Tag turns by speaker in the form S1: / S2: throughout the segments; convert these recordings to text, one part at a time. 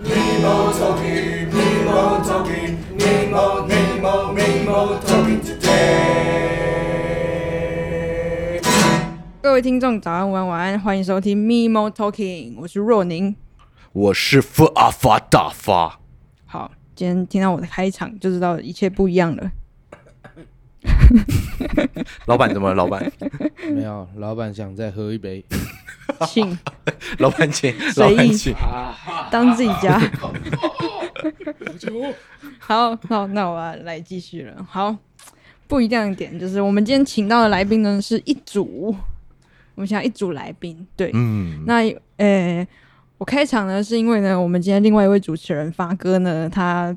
S1: 你冇做嘢，你冇做嘢，你冇你冇你冇做嘢 today。
S2: 各位听众，早安、午安、晚安，欢迎收听《Mimo Talking》，我是若宁。
S3: 我是富阿发大发，
S2: 好，今天听到我的开场就知道一切不一样了。
S3: 老板怎么了？老板，
S4: 没有，老板想再喝一杯。
S2: 请
S3: 老板请，老板请。
S2: 当自己家。好好，那我要来继续了。好，不一样的点就是，我们今天请到的来宾呢是一组，我们想要一组来宾。对，
S3: 嗯，
S2: 那呃、我开场呢，是因为呢，我们今天另外一位主持人发哥呢，他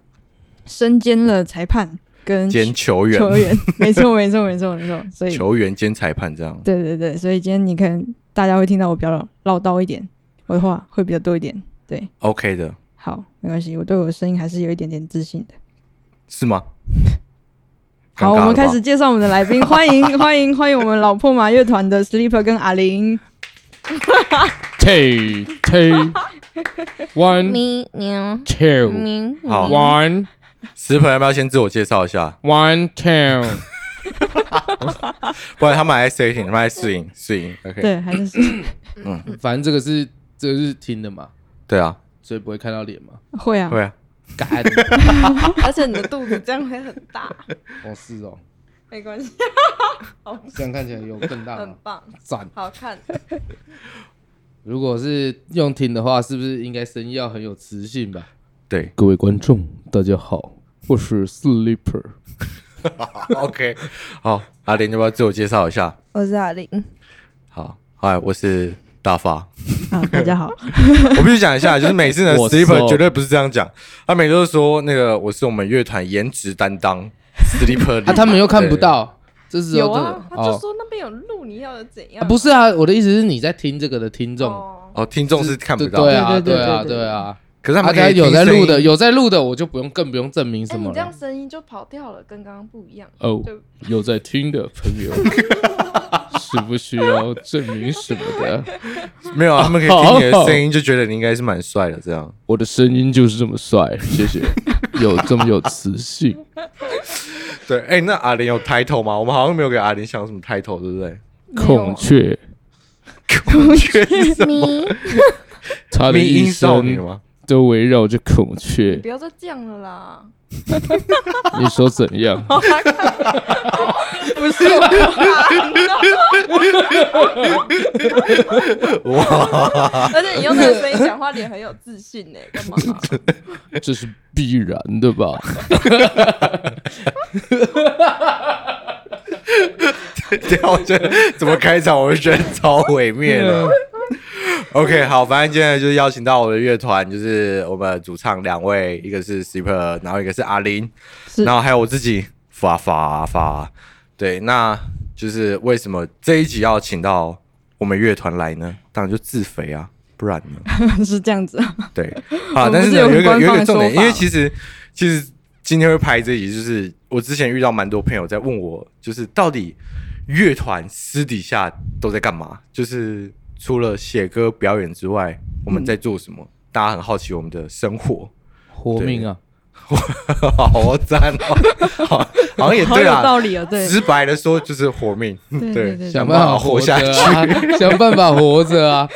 S2: 身兼了裁判跟
S3: 兼球员，
S2: 球员， 没错，没错，没错，没错。所以，
S3: 球员兼裁判这样。
S2: 对对对，所以今天你可能大家会听到我比较唠叨一点，我的话会比较多一点。对，
S3: OK 的，
S2: 好，没关系，我对我的声音还是有一点点自信的。
S3: 是吗？
S2: 好，
S3: 尴尬
S2: 我
S3: 了
S2: 们开
S3: 吧
S2: 始。介绍我们的来宾，欢迎欢迎欢迎我们老破马乐团的 Sleeper 跟阿 玲。
S4: Two, two, one,
S5: 咪喵
S4: two,
S5: 咪，
S3: 好
S4: one,
S3: 石鹏要不要先自我介绍一下？
S4: one, two。
S3: 不然他们还 setting，他们还适应适应。OK，
S2: 对，还是 是
S4: 反正这个是这个是听的嘛，
S3: 对啊，
S4: 所以不会看到脸嘛。
S2: 会啊，
S3: 会啊，
S4: 干，
S5: 而且你的肚子这样会很大，
S4: 哦是哦，
S5: 没关系，
S4: 这样看起来有更大
S5: 很
S4: 吗？
S5: 棒，
S4: 赞。
S5: 好看。
S4: 如果是用听的话，是不是应该声音要很有磁性吧？
S3: 对
S4: 各位观众，大家好，我是 Sleeper。
S3: ，OK，好， 阿林要不要自我介绍一下？
S5: 我是阿玲，
S3: 好，嗨，我是大发。
S2: 啊，大家好，
S3: 我必须讲一 下，就是每次呢
S4: 我
S3: ，Sleeper
S4: 瘦
S3: 绝对不是这样讲，他每次都说那个我是我们乐团颜值担当 Sleeper，
S4: 啊，他们又看不到，这是
S5: 有
S4: 有这
S5: 啊
S4: 个，
S5: 他就
S4: 哦。
S5: 说那边有路，你要的怎
S4: 啊
S5: 样？
S4: 不是啊，我的意思是你在听这个的听众，
S5: 哦，
S3: 哦，听众是看不到，
S4: 对啊，
S2: 对对
S4: 对啊，
S2: 对对
S4: 对啊。
S3: 可是他
S4: 啊
S3: 们
S4: 他
S3: 可以听
S4: 有在录
S3: 声
S4: 的，
S3: 音，
S4: 有在录的，我就不用更不用证明
S5: 哎，
S4: 什
S5: 你
S4: 么
S5: 这样
S4: 了。
S5: 声音就跑掉了，跟刚刚不一样。
S4: 哦
S5: 对，
S4: 有在听的朋友，是不需要证明什么的。
S3: 没有啊？他们可以听你的声音，就觉得你应该是蛮帅的这样。
S4: 我的声音就是这么帅，谢谢，有这么有磁性。
S3: 对，哎、那阿林有 title 吗？我们好像没有给阿林想什么 title，对不对？
S4: 孔雀，
S3: 孔雀 是什么？
S5: 咪，
S4: 他的
S3: 迷
S4: 一
S3: 音少女
S4: 生
S3: 吗？
S4: 都围绕着孔雀
S5: 不。要再这样了啦！
S4: 你说怎样？
S2: 不是我，
S5: 而且你用那个声音讲话，脸很有自信呢，欸 干嘛？
S4: 这是必然的吧？
S3: 对啊，我觉得怎么开场，我就觉得超毁灭的。OK，好，反正今天就是邀请到我的乐团，就是我们主唱两位，一个是 Super，然后一个是阿林，
S2: 是
S3: 然后还有我自己发发发。对，那就是为什么这一集要请到我们乐团来呢？当然就自肥啊，不然呢？
S2: 是这样子啊，
S3: 对，啊，
S2: 们
S3: 但是
S2: 不是有
S3: 呢，有
S2: 很
S3: 一个
S2: 官
S3: 有
S2: 方
S3: 一
S2: 的
S3: 个重点，
S2: 说法
S3: 因为其实其实今天会拍这一集，就是我之前遇到蛮多朋友在问我，就是到底乐团私底下都在干嘛？就是除了写歌表演之外，我们在做什么？大家很好奇我们的生活，
S4: 活命啊！
S3: 好赞哦， 好，好 像也
S2: 好
S3: 对
S2: 有
S3: 啊。
S2: 道理哦，对，
S3: 直白的说，就是活命，
S2: 对对对
S4: 想办法
S3: 活下
S4: 着啊，想办法活着啊！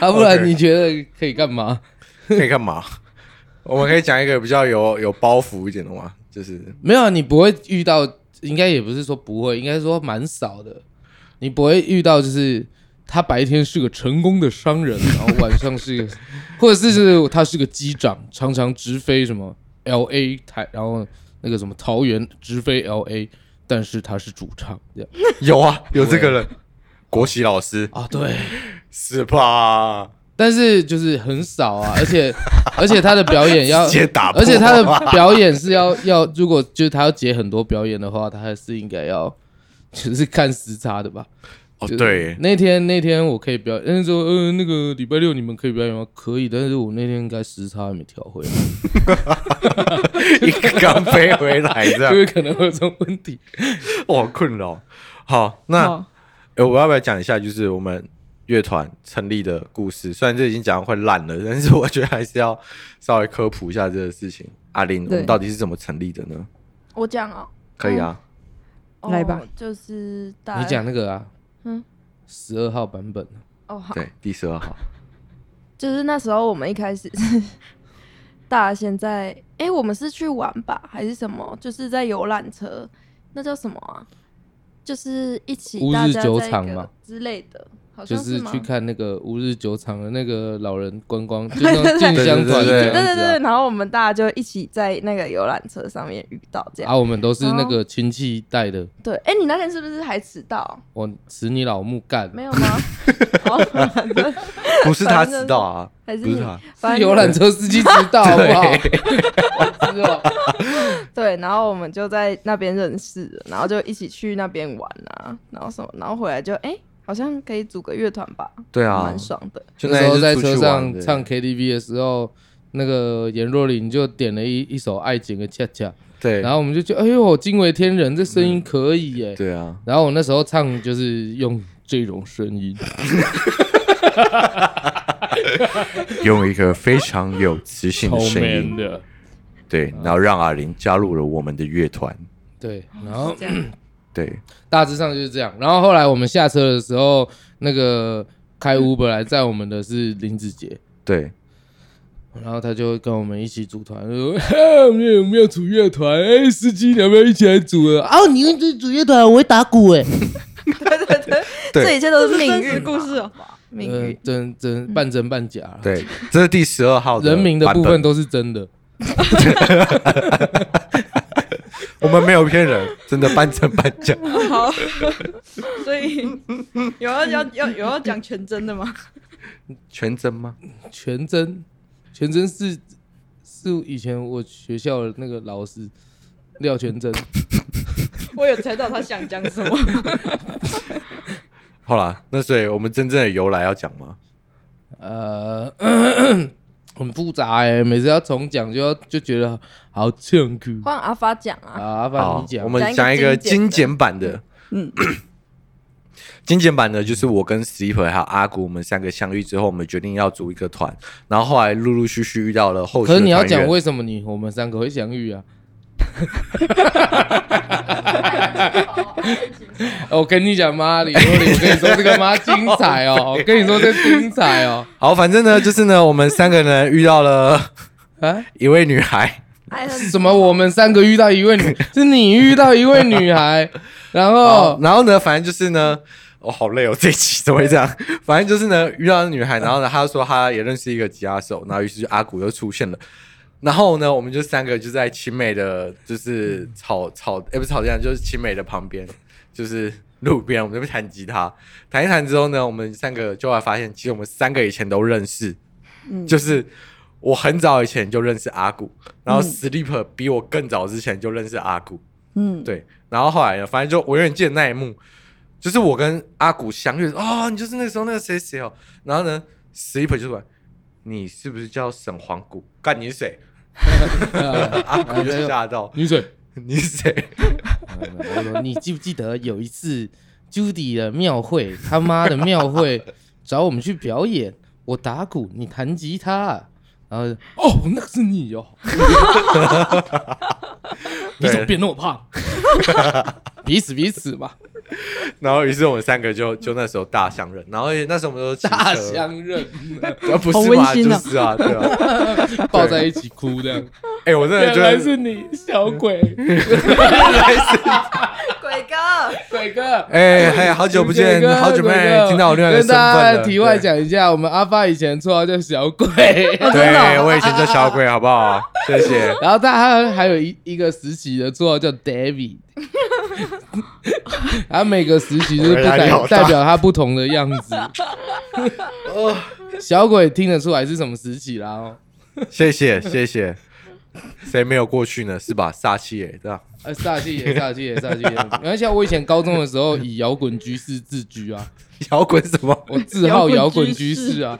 S4: 啊，不然你觉得可以干嘛？
S3: 可以干嘛？ 我们可以讲一个比较有有包袱一点的吗？就是
S4: 没有啊，你不会遇到，应该也不是说不会，应该说蛮少的。你不会遇到，就是他白天是个成功的商人，然后晚上是，或者是是他是个机长，常常直飞什 么 L A 台，然后那个什么桃园直飞 L A，但是他是主唱这样
S3: 有啊，有这个人，国玺老师
S4: 啊，对。
S3: 是吧？
S4: 但是就是很少啊，而且而且他的表演要
S3: 直接打破
S4: 而且他的表演是要要，如果就是他要接很多表演的话，他还是应该要就是看时差的吧。
S3: 哦，
S4: 就是
S3: 对，
S4: 那天那天我可以表演，那时候呃那个礼拜六你们可以表演吗？可以，但是我那天应该时差还没调回来，
S3: 一个刚飞回来这
S4: 就
S3: 样，
S4: 是可能会有这种问题。
S3: 我好困扰。好，那
S2: 好
S3: 呃我要不要讲一下，就是我们乐团成立的故事。虽然这已经讲得快烂了，但是我觉得还是要稍微科普一下这个事情。阿林，我
S2: 对
S3: 们到底是怎么成立的呢？
S5: 我讲哦，
S3: 可以啊，
S5: 哦
S2: 来吧，
S5: 就是大
S4: 你讲那个啊，
S5: 嗯
S4: 十二号版本，
S5: 哦
S4: 啊嗯
S5: 好，
S3: 对，第十二号，
S5: 就是那时候我们一开始 大家先在哎、我们是去玩吧还是什么？就是在游览车，那叫什么啊？就是一起
S4: 乌日
S5: 大家
S4: 酒
S5: 在一
S4: 厂
S5: 个
S4: 嘛
S5: 之类的，好
S4: 就
S5: 像
S4: 是
S5: 吗
S4: 去看那个乌日酒厂的那个老人观光，就像进香团
S5: 对
S3: 对
S4: 这
S5: 对
S4: 样子
S5: 对，
S4: 啊。
S5: 然后我们大家就一起在那个游览车上面遇到这样。
S4: 啊，我们都是那个亲戚带的，
S5: 对，哎、你那天是不是还迟到？
S4: 我死你老木干，
S5: 没有 吗？好， 反正
S3: 不是他迟到啊，
S5: 还是
S3: 不是
S5: 你
S3: 他，
S5: 反
S4: 是
S5: 正
S4: 游览车司机知道好不好？知道，
S5: 对，然后我们就在那边认识了，然后就一起去那边玩啊，然后什么，然后回来就哎、诶好像可以组个乐团吧，
S3: 对啊
S5: 蛮，爽的。
S3: 就
S4: 那时候
S3: 天
S4: 在
S3: 就出
S4: 车
S3: 去玩
S4: 上
S3: 的
S4: 唱 KTV 的时候，那个颜若琳就点了一一首《爱情的恰恰》，
S3: 对，
S4: 然后我们就觉得，哎呦，惊为天人，这声音可以耶。
S3: 对啊，
S4: 然后我那时候唱就是用这种声音，
S3: 用一个非常有磁性
S4: 超
S3: 的 声
S4: man
S3: 音，
S4: 的，
S3: 对，然后让阿林加入了我们的乐团，
S4: 对，然后
S2: 这样，
S3: 对，
S4: 大致上就是这样。然后后来我们下车的时候，那个开 Uber 来载我们的是林子杰，
S3: 对，
S4: 然后他就跟我们一起组团，就说 哈我们有没有组乐团？哎，司机你要不要一起来组啊？啊，你们组乐团，我会打鼓 哎。
S5: 对对对，
S3: 对
S5: 这一切都是命
S2: 真实
S5: 运
S2: 故
S5: 嘛
S2: 事哦，
S5: 命
S4: 呃
S5: 运。
S4: 真真半真半假啦。
S3: 对，哦这是第十二号
S4: 人名的
S3: 版
S4: 部
S3: 本
S4: 分都是真的。
S3: 我们没有骗 人，真的半真半假。
S2: 好，所以有要要要有要讲全真的吗？
S3: 全真吗？
S4: 全真，全真是是以前我学校的那个老师廖全真，
S2: 我有猜到他想讲什么。
S3: 好啦，那所以我们真正的由来要讲吗？
S4: 呃， 很复杂哎、每次要重讲就要就觉得好痛苦
S5: 换阿发讲
S4: 啊。
S5: 啊，
S4: 阿爸，
S3: 好
S4: 你，讲，
S3: 我们讲一个精简版的。嗯
S2: 嗯，
S3: 精简版的就是我跟 Sleeper 还有阿古，我们三个相遇之后，我们决定要组一个团，然后后来陆陆续续遇到了后续
S4: 可
S3: 的
S4: 是
S3: 团
S4: 你
S3: 员。
S4: 要讲为什么你我们三个会相遇啊？我哦跟你讲，妈李若琳，我跟你说这个妈精彩哦！我跟你说这精彩哦！
S3: 好，反正呢，就是呢，我们三个人遇到了
S4: 啊，
S3: 一位女孩，
S5: 哎，
S4: 什么？我们三个遇到一位女，是你遇到一位女孩，然
S3: 哦
S4: 后，
S3: 然后呢，反正就是呢，我、好累哦，这一期怎么会这样？ 反正就是呢，遇到女孩，然后呢，她说她也认识一个吉他手，然后于是就阿古又出现了。然后呢，我们就三个就在青美的，就是草草，哎、不是草地上，就是青美的旁边，就是路边，我们这边弹吉他，弹一弹之后呢，我们三个就会发现，其实我们三个以前都认识，就是我很早以前就认识阿古，然后 Sleep 比我更早之前就认识阿古，
S2: 嗯，
S3: 对，然后后来呢，反正就我永远记得那一幕，就是我跟阿古相遇，哦，你就是那个时候那个谁谁哦，然后呢，Sleep 就说，你是不是叫沈黄谷？干你是谁？ 阿古就吓到，
S4: 女水，
S3: 你是谁？
S4: 我说你记不记得有一次 Judy 的庙会，他妈的庙会找我们去表演，我打鼓，你弹吉他啊，然后哦，那个是你 哦，你怎么变那么胖？彼此彼此吧，
S3: 然后于是我们三个就就那时候大相认，然后那时候我们都骑
S4: 大
S3: 车
S4: 相认，
S3: 啊不
S2: 好
S3: 是
S2: 温
S3: 嘛，
S2: 馨
S3: 就
S2: 啊
S3: 是啊，对吧？
S4: 抱在一起哭这 样。
S3: 哎、我真的
S4: 原
S3: 觉
S4: 来
S3: 得
S4: 是你，小鬼，
S5: 鬼哥，
S4: 鬼哥。
S3: 哎，嘿，好久不见
S4: 鬼，哥
S3: 好久没
S4: 鬼哥
S3: 听到我另外一个
S4: 跟
S3: 身份
S4: 大
S3: 了。
S4: 家题外
S3: 对，
S4: 讲一下，我们阿发以前绰号叫小鬼， 哦
S3: 对我以前叫小鬼，好不好？谢谢。
S4: 然后他还还有一一个实习的绰号 叫 David，然后每个实习就是
S3: 我
S4: 不
S3: 压
S4: 代
S3: 力好大
S4: 代表他不同的样 子。
S3: 哦
S4: 小鬼听得出来是什么时期啦、哦？
S3: 谢谢谢谢，谁没有过去呢？是吧？杀气耶，对吧？
S4: 呃，煞气也煞气也煞气也，而啊且我以前高中的时候以摇滚居士自居啊，
S3: 摇滚什么？
S4: 我自号摇
S2: 摇
S4: 滚
S2: 滚居
S4: 居
S2: 士
S4: 士 啊，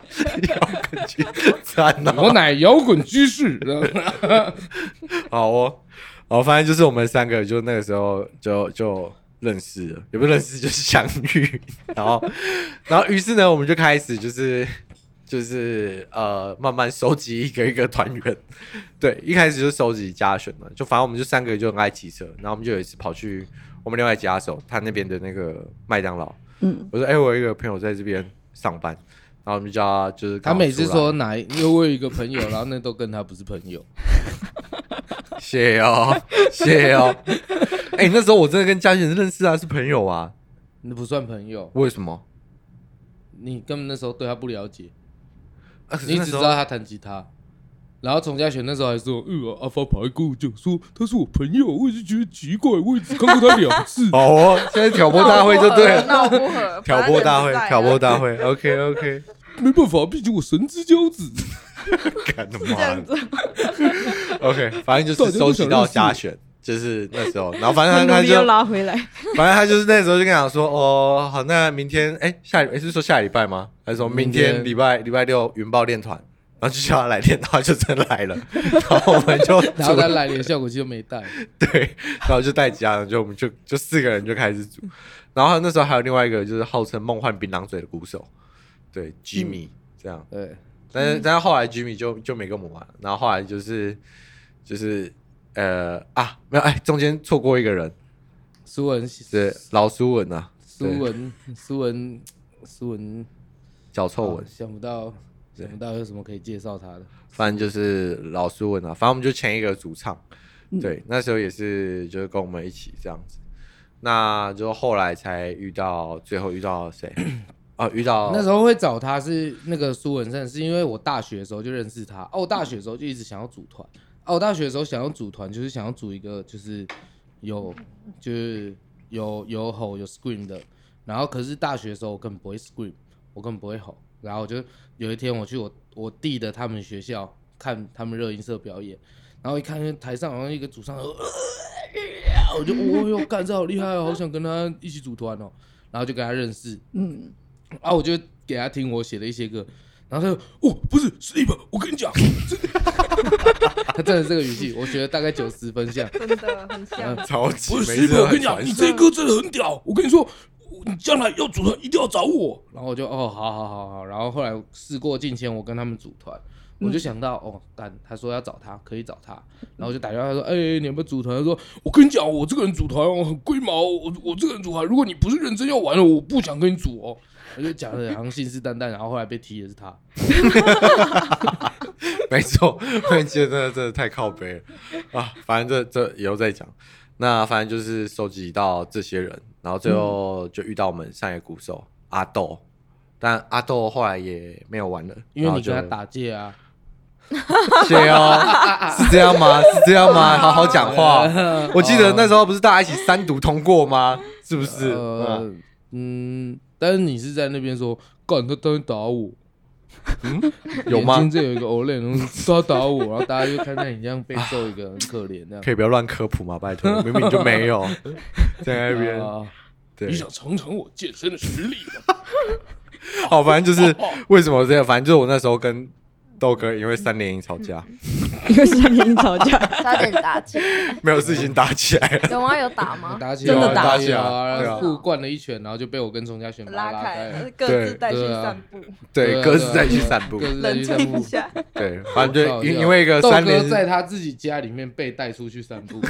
S3: 摇滚去惨
S4: 我
S3: 哦！
S4: 乃摇滚居 士。
S3: 好哦，哦，反正就是我们三个，就那个时候就就认识了，也不是认识，就是相遇。然后，然后于是呢，我们就开始就是就是呃，慢慢收集一个一个团员。对，一开始就收集家选嘛，就反正我们就三个就很爱骑车。然后我们就有一次跑去我们另外一家手，他那边的那个麦当劳，
S2: 嗯，
S3: 我说：“哎、我有一个朋友在这边上班。”然后我们就叫他，就是
S4: 他
S3: 刚好
S4: 每次
S3: 出来
S4: 说哪一，因为我有一个朋友，然后那都跟他不是朋友。
S3: 谢 哦，谢哦。哎、那时候我真的跟嘉轩认识啊，是朋友啊。
S4: 那不算朋友，
S3: 为什么？
S4: 你根本那时候对他不了解，
S3: 啊、可是
S4: 你
S3: 那
S4: 只知
S3: 时候。
S4: 道他弹吉他。然后从嘉璇那时候还说，呃，阿发跑来跟我讲说他是我朋友，我也是觉得奇怪，我也只看过他两次
S3: 好 哦，现在 挑拨大会就对 了。
S5: 闹不合，
S3: 挑拨大会，
S2: 啊
S3: 挑拨大会，OK OK，
S4: 没办法，毕竟我神之 骄子。
S3: 干他
S2: 这
S3: 妈
S2: 样
S3: 的
S2: 子，
S3: ，OK，反正就是收集到加选，就是那时候，然后反正
S2: 很
S3: 他
S2: 努
S3: 他
S2: 力又
S3: 就，
S2: 拉回来。
S3: 反正他就是那时候就跟他讲说，哦，好，那明天，哎，下礼，哎，是说下礼拜吗？还是说明
S4: 明
S3: 天
S4: 天
S3: 礼拜礼拜六云豹练团？然后就叫他来练，然后他就真来了，然后我们就
S4: 然后他来连效果器都没带，
S3: 对，然后就带吉他人，就我们就就四个人就开始组。然后那时候还有另外一个就是号称梦幻槟榔嘴的鼓手，对，Jimmy、这样。
S4: 对，
S3: 但是但是后来 Jimmy 就就没跟我们玩，然后后来就是就是呃啊没有哎，中间错过一个人
S4: 苏文
S3: 是老苏文啊，
S4: 苏文苏文苏文，
S3: 脚臭文
S4: 啊，想不到想不到有什么可以介绍他的。
S3: 反正就是老苏文啊，反正我们就前一个主唱，
S4: 嗯
S3: 对，那时候也是就是跟我们一起这样子。那就后来才遇到，最后遇到 谁？啊，遇到
S4: 那时候会找他是那个苏文胜，是因为我大学的时候就认识他。哦，我大学的时候就一直想要组团。哦，我大学的时候想要组团，就是想要组一个就是有就是有有吼有 scream 的。然后可是大学的时候我根本不会 scream，我根本不会吼。然后我就有一天我去我我弟的他们学校看他们热音社表演，然后一看台上好像一个主唱，呃我就哦哟，干这好厉害哦，好想跟他一起组团哦。然后就跟他认识，
S2: 嗯，
S4: 啊，我就给他听我写的一些歌，然后他就哦，不是是一本，我跟你讲， 真的他真的是这个语气，我觉得大概九十分像，
S5: 真的很像。
S3: 超级
S4: 不是
S3: 每
S4: 十一
S3: 次
S4: 本，
S3: 都
S4: 我
S3: 很
S4: 跟你讲，
S3: 传
S4: 你
S3: 神
S4: 这歌真的很屌，我跟你说。你将来要组团一定要找我，然后我就哦，好好好好，然后后来事过境迁，我跟他们组团，我就想到哦，干，他说要找他，可以找他，然后我就打电话说，哎、你有没有组团？他说，我跟你讲，我这个人组团我很龟毛，我我这个人组团，如果你不是认真要玩的，我不想跟你组哦。我就讲的好像信誓旦旦，然后后来被踢的是他，
S3: 没错，我也觉得真的太靠背了啊！反正这这以后再讲。那反正就是收集到这些人，然后最
S4: 嗯
S3: 后就遇到我们上一个鼓手阿豆，但阿豆后来也没有玩了，
S4: 因为你跟
S3: 然
S4: 他
S3: 后就
S4: 打架啊，
S3: 谢哦， 是这样吗？是这样吗？好好讲话。我记得那时候不是大家一起三读通过吗？是不是？
S4: 呃
S3: 嗯，
S4: 嗯，但是你是在那边说，干他当然打我，
S3: 嗯 有
S4: 眼睛
S3: 吗？
S4: 这有一个 o l 然后他打我，然后大家就看到你这样被揍一个，很可怜 这样。
S3: 啊可以不要乱科普吗？拜托， 明明就没有在那边。
S4: 啊
S3: 对，
S4: 尝尝我健身的实力 吗？
S3: 好，反正就是为什么这样，反正就是我那时候跟豆哥因为三连赢吵 架，
S2: 因为三年吵架，
S5: 差点打起来，
S3: 没有事情打起来了。
S5: 有吗？有打吗？
S4: 打起来，
S2: 真的打
S3: 打起来
S4: 啊
S3: 对啊
S4: 然后互灌了一拳，然后就被我跟钟嘉轩把他
S5: 拉
S4: 拉
S5: 开呃
S4: 开，，
S5: 各自带去散步，
S3: 对，各自再去散步
S4: 各。自再
S5: 冷
S4: 去散
S5: 静一
S4: 步。
S5: 下。
S3: 对，反正
S4: 靠
S3: 就因因为一个
S4: 豆
S3: 三
S4: 哥
S3: 连，
S4: 在他自己家里面被带出去散步，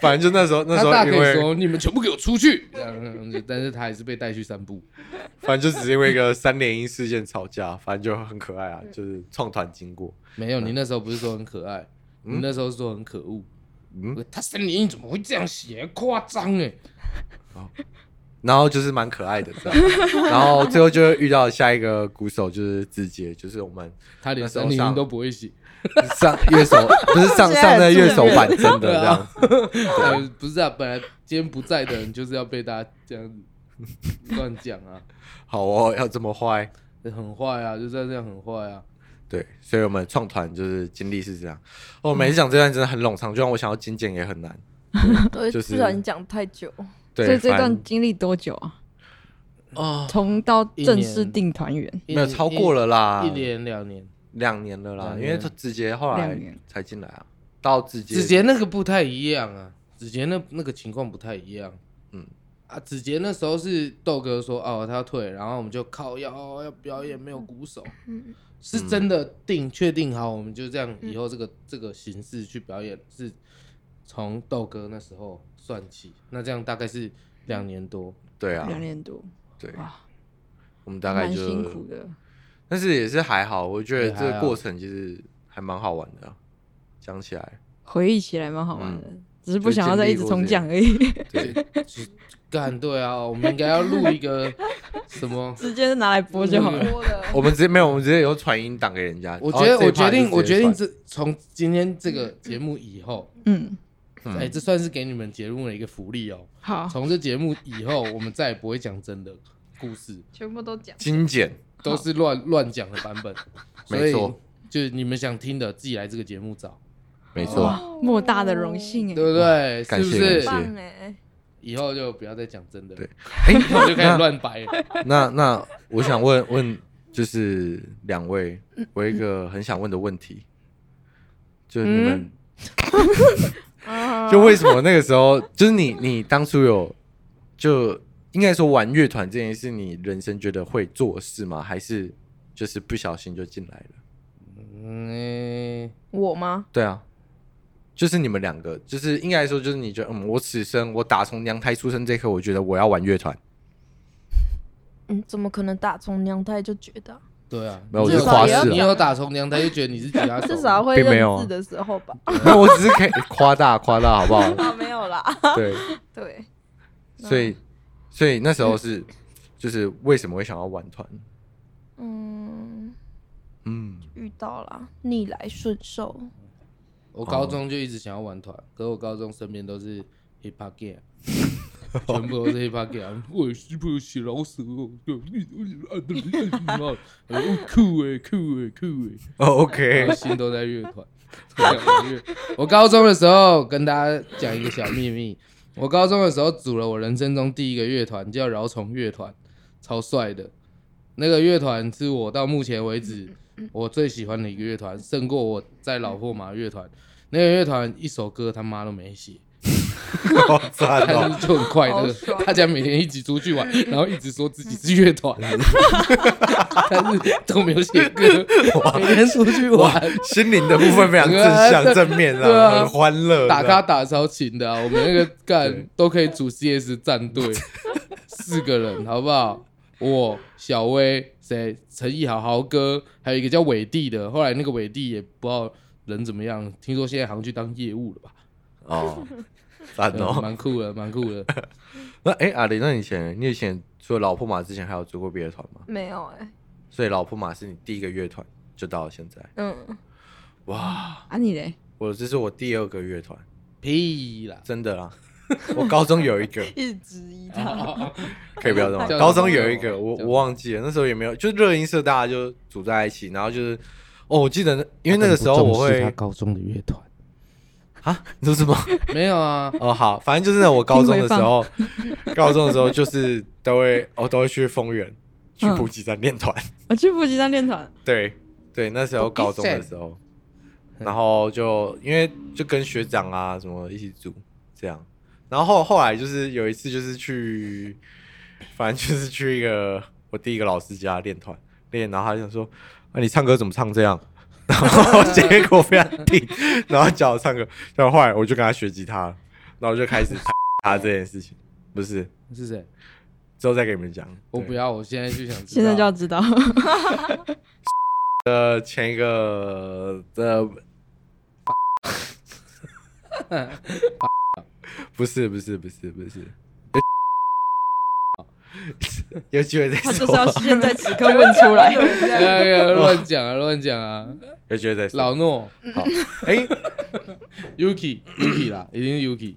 S3: 反正就那时候 那
S4: 他
S3: 时
S4: 大
S3: 候
S4: 可
S3: 因
S4: 以
S3: 为，
S4: 说你们全部给我出去，这样但是他还是被带去散步。
S3: 反正就只是因为一个三连赢事件吵架，反正就很可爱啊，就是创团经过。
S4: 没有，你那时候不是说很可爱，你那时候是说很可恶。
S3: 嗯
S4: 我他三年怎么会这样写？夸张哎！
S3: 然后就是蛮可爱的，这样。 然后最后就会遇到下一个鼓手，就是直接就是我们
S4: 他连
S3: 那时候
S4: 三年
S3: 上
S4: 都不会 写，
S3: 上乐手，不是 上上那乐手版真的这样子。
S4: 呃，不是啊，本来今天不在的人就是要被大家 这样子乱讲啊，
S3: 好哦，要这么坏。
S4: 很坏啊，就在这样很坏啊。
S3: 对，所以我们创团就是经历是这样。哦，每次讲这段真的很冗长，就让我想要精简也很难。
S5: 对，
S3: 就是
S5: 啊不然讲太久，
S3: 对，
S2: 所以这
S3: 反
S2: 段经历多久啊？
S3: 哦，
S2: 从到正
S4: 一
S2: 式
S4: 年
S2: 定团员，
S3: 没有超过了啊啦，
S4: 一一年两年，
S3: 两年了啦
S4: 两，
S3: 因
S4: 年
S3: 为他直接后来
S2: 两年
S3: 才进来啊，到直接
S4: 子杰那个不太一样啊，子杰那那个情况不太一样，
S3: 嗯
S4: 啊，子杰那时候是豆哥说哦他要退，然后我们就靠要、哦要表演没有鼓手，
S5: 嗯，
S4: 是真的定确定好，我们就这样以后这个、这个形式去表演，是从豆哥那时候算起，那这样大概是两年多，
S3: 对啊，
S2: 两年多，
S3: 对，
S2: 哇，
S3: 我们大概
S2: 蛮
S3: 就
S2: 辛苦的。
S3: 但是也是还好，我觉得
S4: 也还
S3: 这
S4: 好
S3: 个过程其实还蛮好玩的啊、讲起来，
S2: 回忆起来蛮好玩
S3: 嗯
S2: 的，只是不
S3: 就
S2: 想要
S3: 经
S2: 再
S3: 历
S2: 一直
S3: 过
S2: 重
S3: 这
S2: 讲而已。
S5: 嗯
S3: 对，
S4: 就是干对啊，我们应该要录一个什 么？
S2: 直接拿来播就好了。
S5: 多了。
S3: 我们直接没有，我们直接有传音档给人家。
S4: 我
S3: 哦
S4: 觉得
S3: 这
S4: 我
S3: 一 part
S4: 决定，
S3: 就
S4: 我
S3: 直接
S4: 决定
S3: 传
S4: 这从今天这个节目以后，
S2: 嗯，
S3: 嗯
S4: 哎，这算是给你们节目的一个福利哦。
S2: 好，
S4: 从这节目以后，我们再也不会讲真的故事，
S2: 全部都讲。
S3: 精简，
S4: 都是乱乱讲的版本。所
S3: 没
S4: 以
S3: 错，
S4: 就是你们想听的，自己来这个节目找，
S3: 没
S2: 哇
S3: 错，，
S2: 莫大的荣幸
S4: 对
S2: 哎！
S4: 不对？
S3: 嗯感
S4: 是
S3: 谢
S4: 不是
S3: 感？
S5: 棒哎，
S4: 以后就不要再讲真的，
S3: 对
S4: 以后就开始乱掰了。
S3: 那那我想问问，就是两位，我有一个很想问的问题，就是你们，
S5: 啊
S4: 嗯
S3: 就为什么那个时候，就是你你当初有就应该说玩乐团这件事，你人生觉得会做的事吗？还是就是不小心就进来了？
S4: 嗯，
S5: 我吗？
S3: 对啊，就是你们两个，就是应该说，就是你觉得，嗯，我此生我打从娘胎出生这一刻，我觉得我要玩乐团，
S5: 嗯，怎么可能打从娘胎就觉得啊？
S4: 对啊，
S3: 没有
S5: 我就是跨世了
S4: 你有打从娘胎就觉得你是吉他手，
S5: 至少会
S3: 并没有
S5: 认
S3: 啊
S5: 字的时候吧？
S3: 那我只是可以夸大夸大，好不好？
S5: 啊，没有啦。
S3: 对，
S5: 对，
S3: 所
S4: 嗯
S3: 以所以那时候是，就是为什么会想要玩团？
S5: 嗯，
S3: 嗯，
S5: 遇到啦，逆来顺受。
S4: 我高中就一直想要玩团，可是我高中身边都是 hip hop gay，全啊部都是 hip hop gay，我啊 是不是老哦死我？我酷啊哎酷哎酷哎！
S3: 哦，OK，
S4: 我心都在乐团。 我高中的时候跟大家讲一个小秘密，我高中的时候组了我人生中第一个乐团，叫饶虫乐团，超帅的。那个乐团是我到目前为止我最喜欢的一个乐团，胜过我在老破马乐团。那个乐团一首歌他妈都没写，
S3: 好赞
S4: 但
S3: 哦，
S4: 是就很快
S5: 好
S4: 乐
S5: 爽，
S4: 大家每天一起出去玩，然后一直说自己是乐团，
S5: 嗯
S4: 但是都没有写 歌，每天出去玩，
S3: 心灵的部分非常正向正面
S4: 对
S3: 啊，
S4: 啊
S3: 很欢乐，
S4: 打卡打超勤的啊！我们那个干都可以组 CS 战队，四个人好不好？我小薇谁陈意豪豪哥，还有一个叫伟弟的，后来那个伟弟也不知道人怎么样，听说现在好像去当业务了吧？
S3: 哦，赞
S4: 对
S3: 哦。
S4: 蛮酷的，蛮酷的。
S3: 那哎，阿林，那你以前你以前除了老破马之前，还有做过别的团吗？
S5: 没有哎，
S3: 所以老破马是你第一个乐团，就到了现在，
S5: 嗯，
S3: 哇。
S2: 啊你嘞？
S3: 我这是我第二个乐团，
S4: 屁啦！
S3: 真的啦。我高中有一个，
S5: 一直质疑
S4: 啊
S5: 他。
S3: 可以不要这么
S4: 这样子
S3: 高中有一个，我
S4: 这样子
S3: 我忘记了，那时候也没有，就热音社大家就组在一起，然后就是，哦，我记得那， 因为那个时候我会
S4: 高中的乐团
S3: 啊， 你说什么？
S4: 没有啊，
S3: 哦，好，反正就是那我高中的时候，高中的时候就是都会，哦，都会去丰原去
S2: 嗯
S3: 补给站练团，
S2: 我去补习班练团，
S3: 对对，那时
S4: 哦
S3: 候高中的时候，
S4: 嗯
S3: 然后就因为就跟学长啊什么一起组这样，然后后后来就是有一次就是去，反正就是去一个我第一个老师家练团练，然后他就想说啊你唱歌怎么唱这样， 然 后结果非常顶，然后叫我唱歌，然后后来我就跟他学吉他，然后就开始 他这件事情，不是
S4: 是谁？
S3: 之后再给你们讲，
S4: 我
S3: 对
S4: 不要，我现在就想知道。
S2: 现在就要知道。
S3: 呃前一个的。不是不是不是不是，有机会再
S2: 他就是
S3: 说
S2: 要，现在此刻问出来。
S4: 哎呀，乱讲啊，乱讲啊！
S3: 有机会再说。
S4: 老诺
S3: 好，哎，
S4: Yuki Yuki 啦，一定是 Yuki。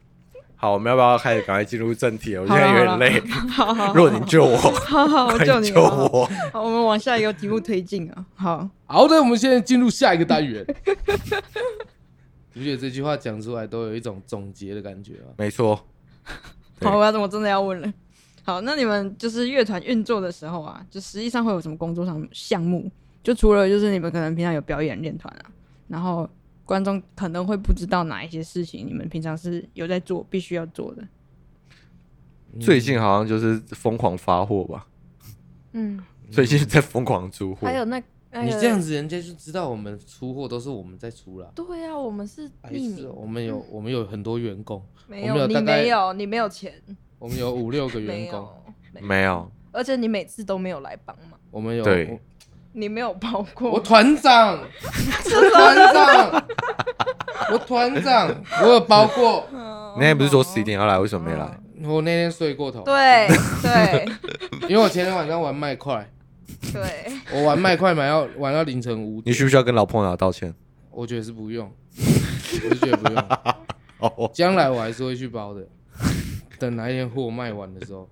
S3: 好，我们要不要开始赶快进入正题？哦我现
S2: 好
S3: 在
S2: 啦
S3: 有点累，
S2: 好好
S3: 若你救我，
S2: 好好，我
S3: 快
S2: 救你啊
S3: 救。我！
S2: 好，我们往下一个题目推进啊。好，
S4: 好的，我们现在进入下一个单元。 你不觉得这句话讲出来都有一种总结的感觉吗？
S3: 没错，对
S2: 好，我要我真的要问了。好，那你们就是乐团运作的时候啊，就实际上会有什么工作上项目？就除了就是你们可能平常有表演练团啊，然后观众可能会不知道哪一些事情你们平常是有在做，必须要做的。
S3: 最近好像就是疯狂发货吧，
S5: 嗯，
S3: 最近在疯狂出货
S5: 还。有那那个
S2: 哎
S4: 你这样子，人家就知道我们出货都是我们在出了。
S5: 对啊，我们是
S4: 哎
S5: 匿
S4: 是
S5: 名，
S4: 哦我们有
S2: 嗯
S4: 我们有很多员工，
S2: 没
S4: 我们有
S2: 有，
S4: 大
S2: 你
S4: 概
S2: 没有，你没有钱，
S4: 我们有五六个
S2: 没
S4: 员工，
S2: 有，
S3: 没有，
S2: 而且你每次都没有来帮忙，
S4: 我们有
S3: 对
S2: 你没有包
S4: 我我
S2: 过，
S4: 团长， 我团长，我团长，我有包过，
S2: 嗯
S3: 那天不是说十一点要来，为什么没来？
S4: 我那天睡过头，
S2: 对对
S4: 因为我前天晚上玩麦块，
S2: 对，
S4: 我玩麦块买到玩到凌晨五
S3: 你
S4: 点，
S3: 需不需要跟老朋友道歉？
S4: 我觉得是不用，我是觉得不用，
S3: 哦，
S4: 将来我还是会去包的。等哪一天货卖完的时候，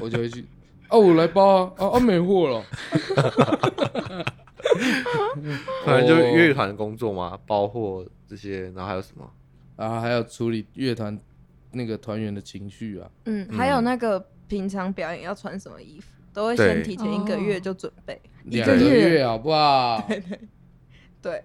S4: 我就会去。哦，我来包啊！啊啊，没 货了。
S3: 可能就是
S4: 哦
S3: 乐团的工作嘛，包货这些，然后还有什么？
S4: 然啊后还要处理乐团那个团员的情绪啊。
S5: 嗯，还有那个平常表演要穿什么衣服，都会
S3: 对
S5: 先提前一个月
S2: 哦
S5: 就准备。
S4: 两
S3: 个
S4: 个
S2: 月
S4: 月好不好？
S2: 对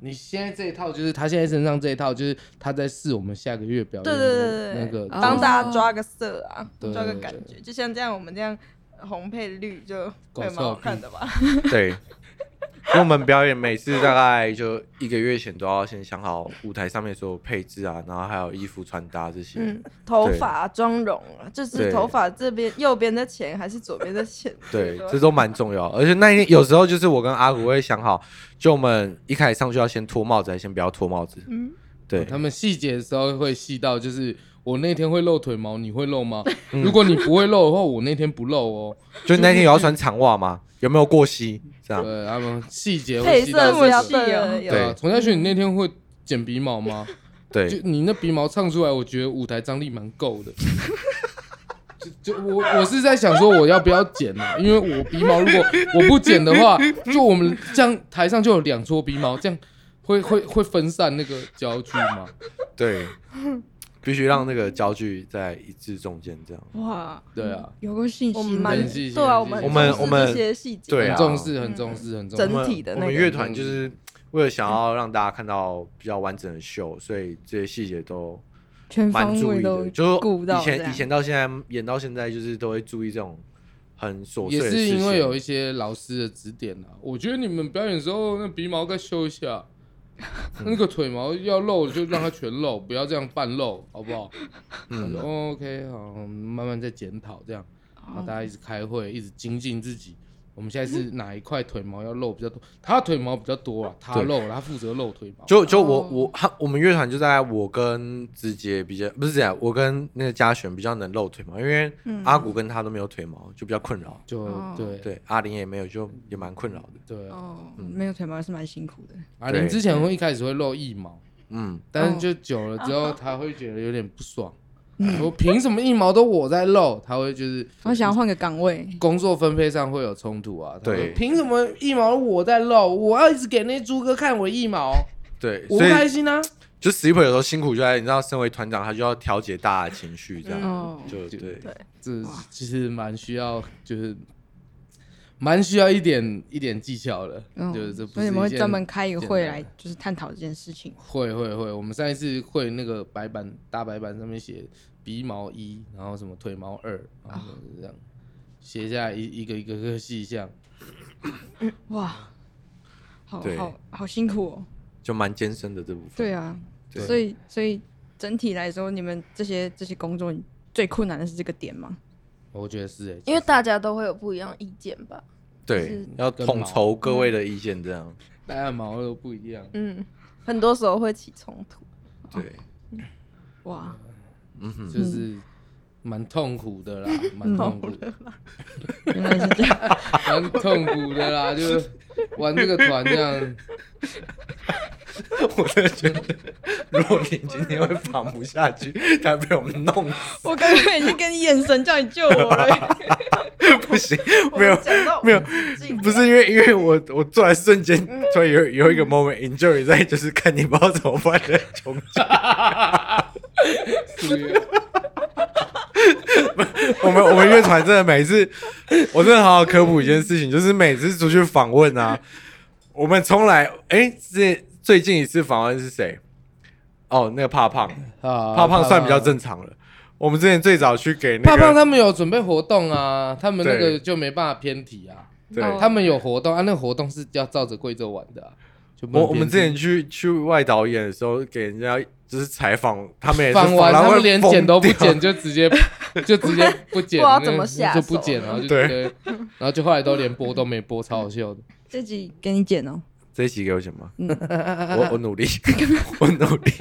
S4: 你现在这一套就是他现在身上这一套，就是他在试我们下个月表演
S5: 对
S4: 的
S5: 对对对，
S4: 嗯那个
S2: 哦
S5: 帮大家抓个色啊，
S4: 对
S5: 抓个
S4: 对
S5: 感
S4: 对
S5: 觉，就像这样我们这样红配绿就
S4: 搞
S5: 会蛮
S4: 笑
S5: 好看的吧？
S3: 对，因为我们表演每次大概就一个月前都要先想好舞台上面所有配置啊，然后还有衣服穿搭这些。
S5: 嗯，头
S3: 对
S5: 发、妆容啊，就
S3: 对
S5: 是头发这边右边的钱还是左边的钱？
S3: 对，
S5: 这
S3: 这
S5: 个
S3: 都蛮重要。而且那一天有时候就是我跟阿古会想好，就我们一开始上去要先脱帽子，还是先不要脱帽子？
S2: 嗯
S3: 对，
S4: 哦他们细节的时候会细到，就是我那天会露腿毛，你会 露吗？
S3: 嗯
S4: 如果你不会露的话，我那天不露哦。
S3: 就那天有要穿长袜吗？有没有过膝？这 样
S4: 对，他们细节会
S5: 配
S4: 细
S5: 色
S4: 到
S5: 是要
S2: 这么细哦
S5: 对
S4: 对啊
S5: 有，
S4: 陈嘉轩，你那天会剪鼻毛吗？就
S3: 对，
S4: 你那鼻毛唱出来，我觉得舞台张力蛮够的。 就就我我是在想说，我要不要剪呢、因为我鼻毛如果我不剪的话，就我们这样台上就有两撮鼻毛，这样会会会分散那个焦距吗？
S3: 对，必须让那个焦距在一致中间这样。
S2: 哇，
S4: 对啊，
S2: 有个信
S5: 我
S2: 息
S5: 们
S2: 吗
S5: 蛮
S4: 很细心
S5: 对啊，我
S4: 很
S5: 们
S4: 细心
S5: 很
S3: 我
S5: 重
S3: 们
S5: 视这些细节，
S3: 对啊
S4: 很重视，很重视，很重视
S5: 整。体的
S3: 我
S5: 那
S3: 们
S5: 个
S3: 乐团就是为了想要让大家看到比较完整的秀，所以这些细节都
S2: 全
S3: 蛮
S2: 方
S3: 注
S2: 位
S3: 意
S2: 嗯都
S3: 的。就
S2: 顾到这
S3: 以前
S2: 样
S3: 以前到现在演到现在，就是都会注意这种很琐碎
S4: 也
S3: 的事
S4: 是
S3: 情。
S4: 因为有一些老师的指点啊，我觉得你们表演的时候那鼻毛该修 一下，那个腿毛要露就让它全露，不要这样半露，好不好？他说
S3: 嗯，
S4: 哦 OK，好，我们慢慢再检讨这样，然后大家一直开会，一直精进自己。我们现在是哪一块腿毛要露比较多？他腿毛比较多啊，他
S3: 对
S4: 露，他负责露腿毛。
S3: 就就我、
S2: 哦
S3: 我他我们乐团就在我跟直接比较不是这样，我跟那个嘉璇比较能露腿毛，因为
S2: 嗯
S3: 阿古跟他都没有腿毛，就比较困扰。
S4: 就
S2: 哦
S4: 对
S3: 对，阿林也没有，就也蛮困扰的。
S4: 对啊，
S2: 哦，
S3: 嗯
S2: 没有腿毛是蛮辛苦的，
S4: 阿林啊之前会一开始会露腋毛，
S3: 嗯，
S4: 但
S2: 哦
S4: 是就久了之后，他会觉得有点不爽。我凭什么一毛都我在露？他会就是
S2: 我想要换个岗位，
S4: 工作分配上会有冲突啊。他说
S3: 对
S4: 凭什么一毛我在露？我要一直给那猪哥看我的一毛，
S3: 对，
S4: 我不
S3: 所以
S4: 开心啊。
S3: 就 sleeper 有时候辛苦就在，你知道，身为团长他就要调节大家的情绪，这样、
S2: 哦
S3: 就对。
S4: 这其实蛮需要，就是蛮需要一点一点技巧的，
S2: 嗯
S4: 就是这不
S2: 所以
S4: 是
S2: 你
S4: 一
S2: 们会
S4: 件
S2: 专门开一个会
S4: 简单
S2: 来，就是探讨这件事情。
S4: 会会会，我们上一次会那个白板大白板上面写鼻毛一，然后什么腿毛二，然后就是这样写下来一一个一个一个细项，
S2: 哇，好
S3: 对
S2: 好好辛苦哦。
S3: 就蛮艰深的这部分。
S2: 对，啊，
S3: 对
S2: 所以所以整体来说，你们这些这些工作最困难的是这个点吗？
S4: 我觉得是哎、
S5: 因为大家都会有不一样的意见吧？
S3: 对，要统筹各位的意见，这样
S4: 大家毛都不一样，
S5: 嗯，很多时候会起冲突。
S3: 对，
S2: 哇，
S3: 嗯哼，
S4: 就是蛮痛苦的啦，蛮痛苦的，
S2: 原来是这样。
S4: 蛮痛苦的啦，就是玩这个团这样。
S3: 我真的觉得，如果你今天会仿不下去，他被我们弄 死，
S2: 我刚刚已经跟你眼神叫你救我了。
S3: 不行，没有
S5: 我们讲到
S3: 没有
S5: 无止境
S3: 不是因为因为我我做完瞬间，突然有有一个 moment enjoy 在，就是看你不知道怎么办的 穷尽。我们我们乐团真的每次，我真的好好科普一件事情，就是每次出去访问啊，我们从来哎，这、最近一次访问是谁？哦，那个怕胖的，
S4: 啊
S3: 怕胖算比较正常了。我们之前最早去给那
S4: 胖胖
S3: 个，
S4: 他们有准备活动啊，他们那个
S3: 对
S4: 就没办法偏题啊。
S3: 对，
S2: 哦
S4: 他们有活动啊，那个活动是要照着贵州玩的、啊，就不能
S3: 我我们之
S4: 偏
S3: 前
S4: 题
S3: 去去外岛演的时候，给人家就是采访，他们也是
S4: 放完，
S3: 然
S4: 他
S3: 后
S4: 们连剪都不剪，，就直 接就直接不
S5: 不知
S4: 剪，
S5: 道怎么下
S4: 就
S5: 手
S4: 不剪，然后就
S3: 对
S4: 对，然后就后来都连播都没播，超好笑的。
S2: 这集给你剪哦。
S3: 这一集给我剪吗？
S4: 嗯
S3: 我我努 力，我努力，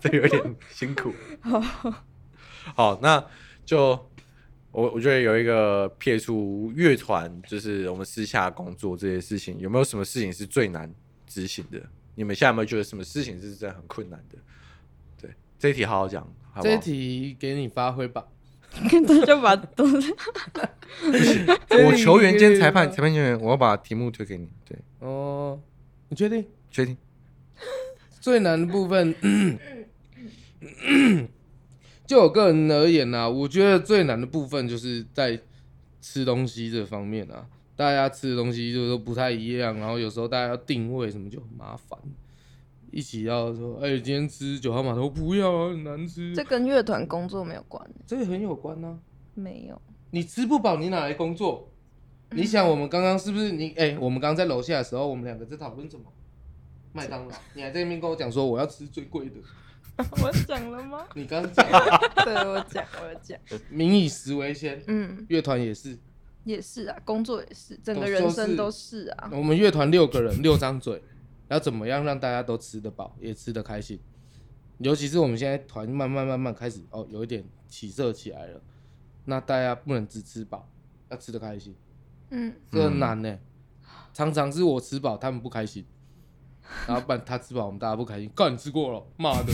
S3: 这有点辛苦。好，那就我我觉得有一个撇除乐团，就是我们私下工作这些事情，有没有什么事情是最难执行的？你们现在有没有觉得什么事情是真的很困难的？对，这一题好好讲，好不好
S4: 这一题给你发挥吧，
S2: 他 就把东 西
S3: 我球员兼裁判，裁判球员，我要把题目推给你。对，
S4: 哦，你确定？
S3: 确定？
S4: 最难的部分， 就我个人而言呢、啊，我觉得最难的部分就是在吃东西这方面啊，大家吃的东西就是都不太一样，然后有时候大家要定位什么就很麻烦，一起要说，哎、今天吃九号码头不要啊，很难吃，
S5: 这跟乐团工作没有关，
S4: 这个很有关啊。
S5: 没有。
S4: 你吃不饱，你哪来工作？你想，我们刚刚是不是你？哎、我们刚刚在楼下的时候，我们两个在讨论什么？麦当劳，你还在那边跟我讲说我要吃最贵的。
S5: 我讲了吗？
S4: 你刚刚讲了
S5: 对我讲，我讲，
S4: 民以食为先，
S5: 嗯，
S4: 乐团也是。
S5: 也是啊，工作也是，整个
S4: 都
S5: 人
S4: 都是
S5: 生都是啊。
S4: 我们乐团六个人，六张嘴，要怎么样让大家都吃得饱，也吃得开心？尤其是我们现在团慢慢慢慢开始哦，有一点起色起来了，那大家不能只吃饱，要吃得开心，
S5: 嗯，
S4: 这很难呢、常常是我吃饱，他们不开心，然后不然他吃饱，我们大家不开心。干，你吃过了，妈 的，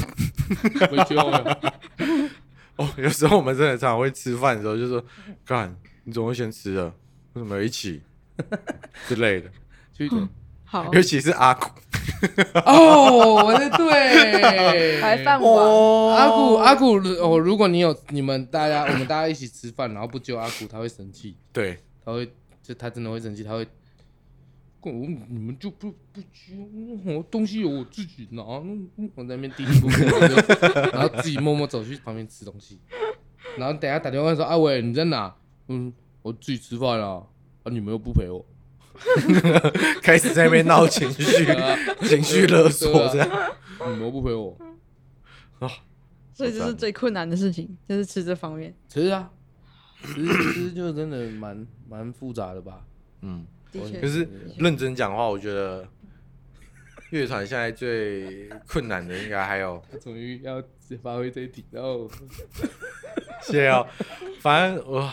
S4: 回去后了。
S3: 哦，有时候我们真的常常会吃饭的时候就说：“干，你怎么会先吃的？为什么一起之类 的？”
S4: 去
S2: 好
S3: 尤其是阿古，
S4: 哦，我的 对，
S5: 还饭
S3: 哦
S5: 碗，
S4: 阿古阿古如哦，如果你有你们大家，我 们大家一起吃饭，然后不揪阿古，他会生气，
S3: 对，
S4: 他会就他真的会生气，他会，我你们就不不揪，我东西有我自己拿，嗯嗯我在那边嘀嘀咕咕，然后自己默默走去旁边吃东西， 然后等一下打电话说阿伟你在哪？嗯，我自己吃饭啊，啊你们又不陪我，
S3: 开始在那边闹情 绪
S4: 对，啊
S3: 情绪勒索这
S4: 对啊
S3: 样。
S4: 你们又不陪我，
S2: 所以这是最困难的事情，就是吃这方面。
S4: 吃啊，吃吃就真的蛮蛮复杂的吧。
S3: 嗯，
S2: 的确
S3: 可，是认真讲话，我觉得乐团现在最困难的应该还有
S4: 终于要发挥这一题，然后
S3: 谢谢哦。反正我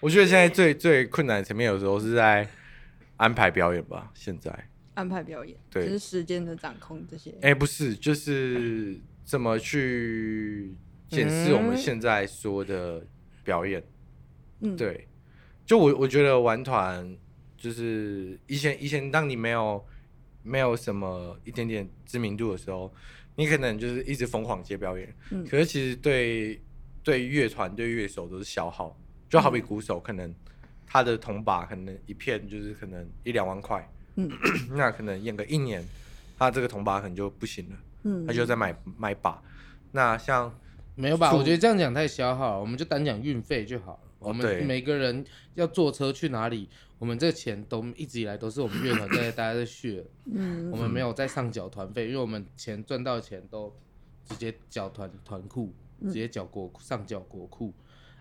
S3: 我觉得现在最最困难的层面，有时候是在安排表演吧。现在，
S2: 安排表演，
S3: 对
S2: 只是时间的掌控这些。
S3: 哎、不是，就是怎么去检视我们现在说的表演？
S2: 嗯，，
S3: 对，就我我觉得玩团就是以前以前，当你没有没有什么一点点知名度的时候，你可能就是一直疯狂接表演，
S2: 嗯
S3: 可是其实对对乐团对乐手都是消耗，就
S2: 嗯
S3: 好比鼓手可能他的铜把可能一片就是可能一两万块，
S2: 嗯
S3: 那可能演个一年，他这个铜把可能就不行了，
S2: 嗯，
S3: 他就在买买把。那像
S4: 没有吧？
S3: 醋
S4: 我觉得这样讲太消耗了，我们就单讲运费就好了。我
S3: 对
S4: 们每个人要坐车去哪里，我们这钱都一直以来都是我们乐团在大家在续，
S2: 嗯
S4: 我们没有在上缴团费，因为我们钱赚到的钱都直接缴团团库，直接缴国上缴国库。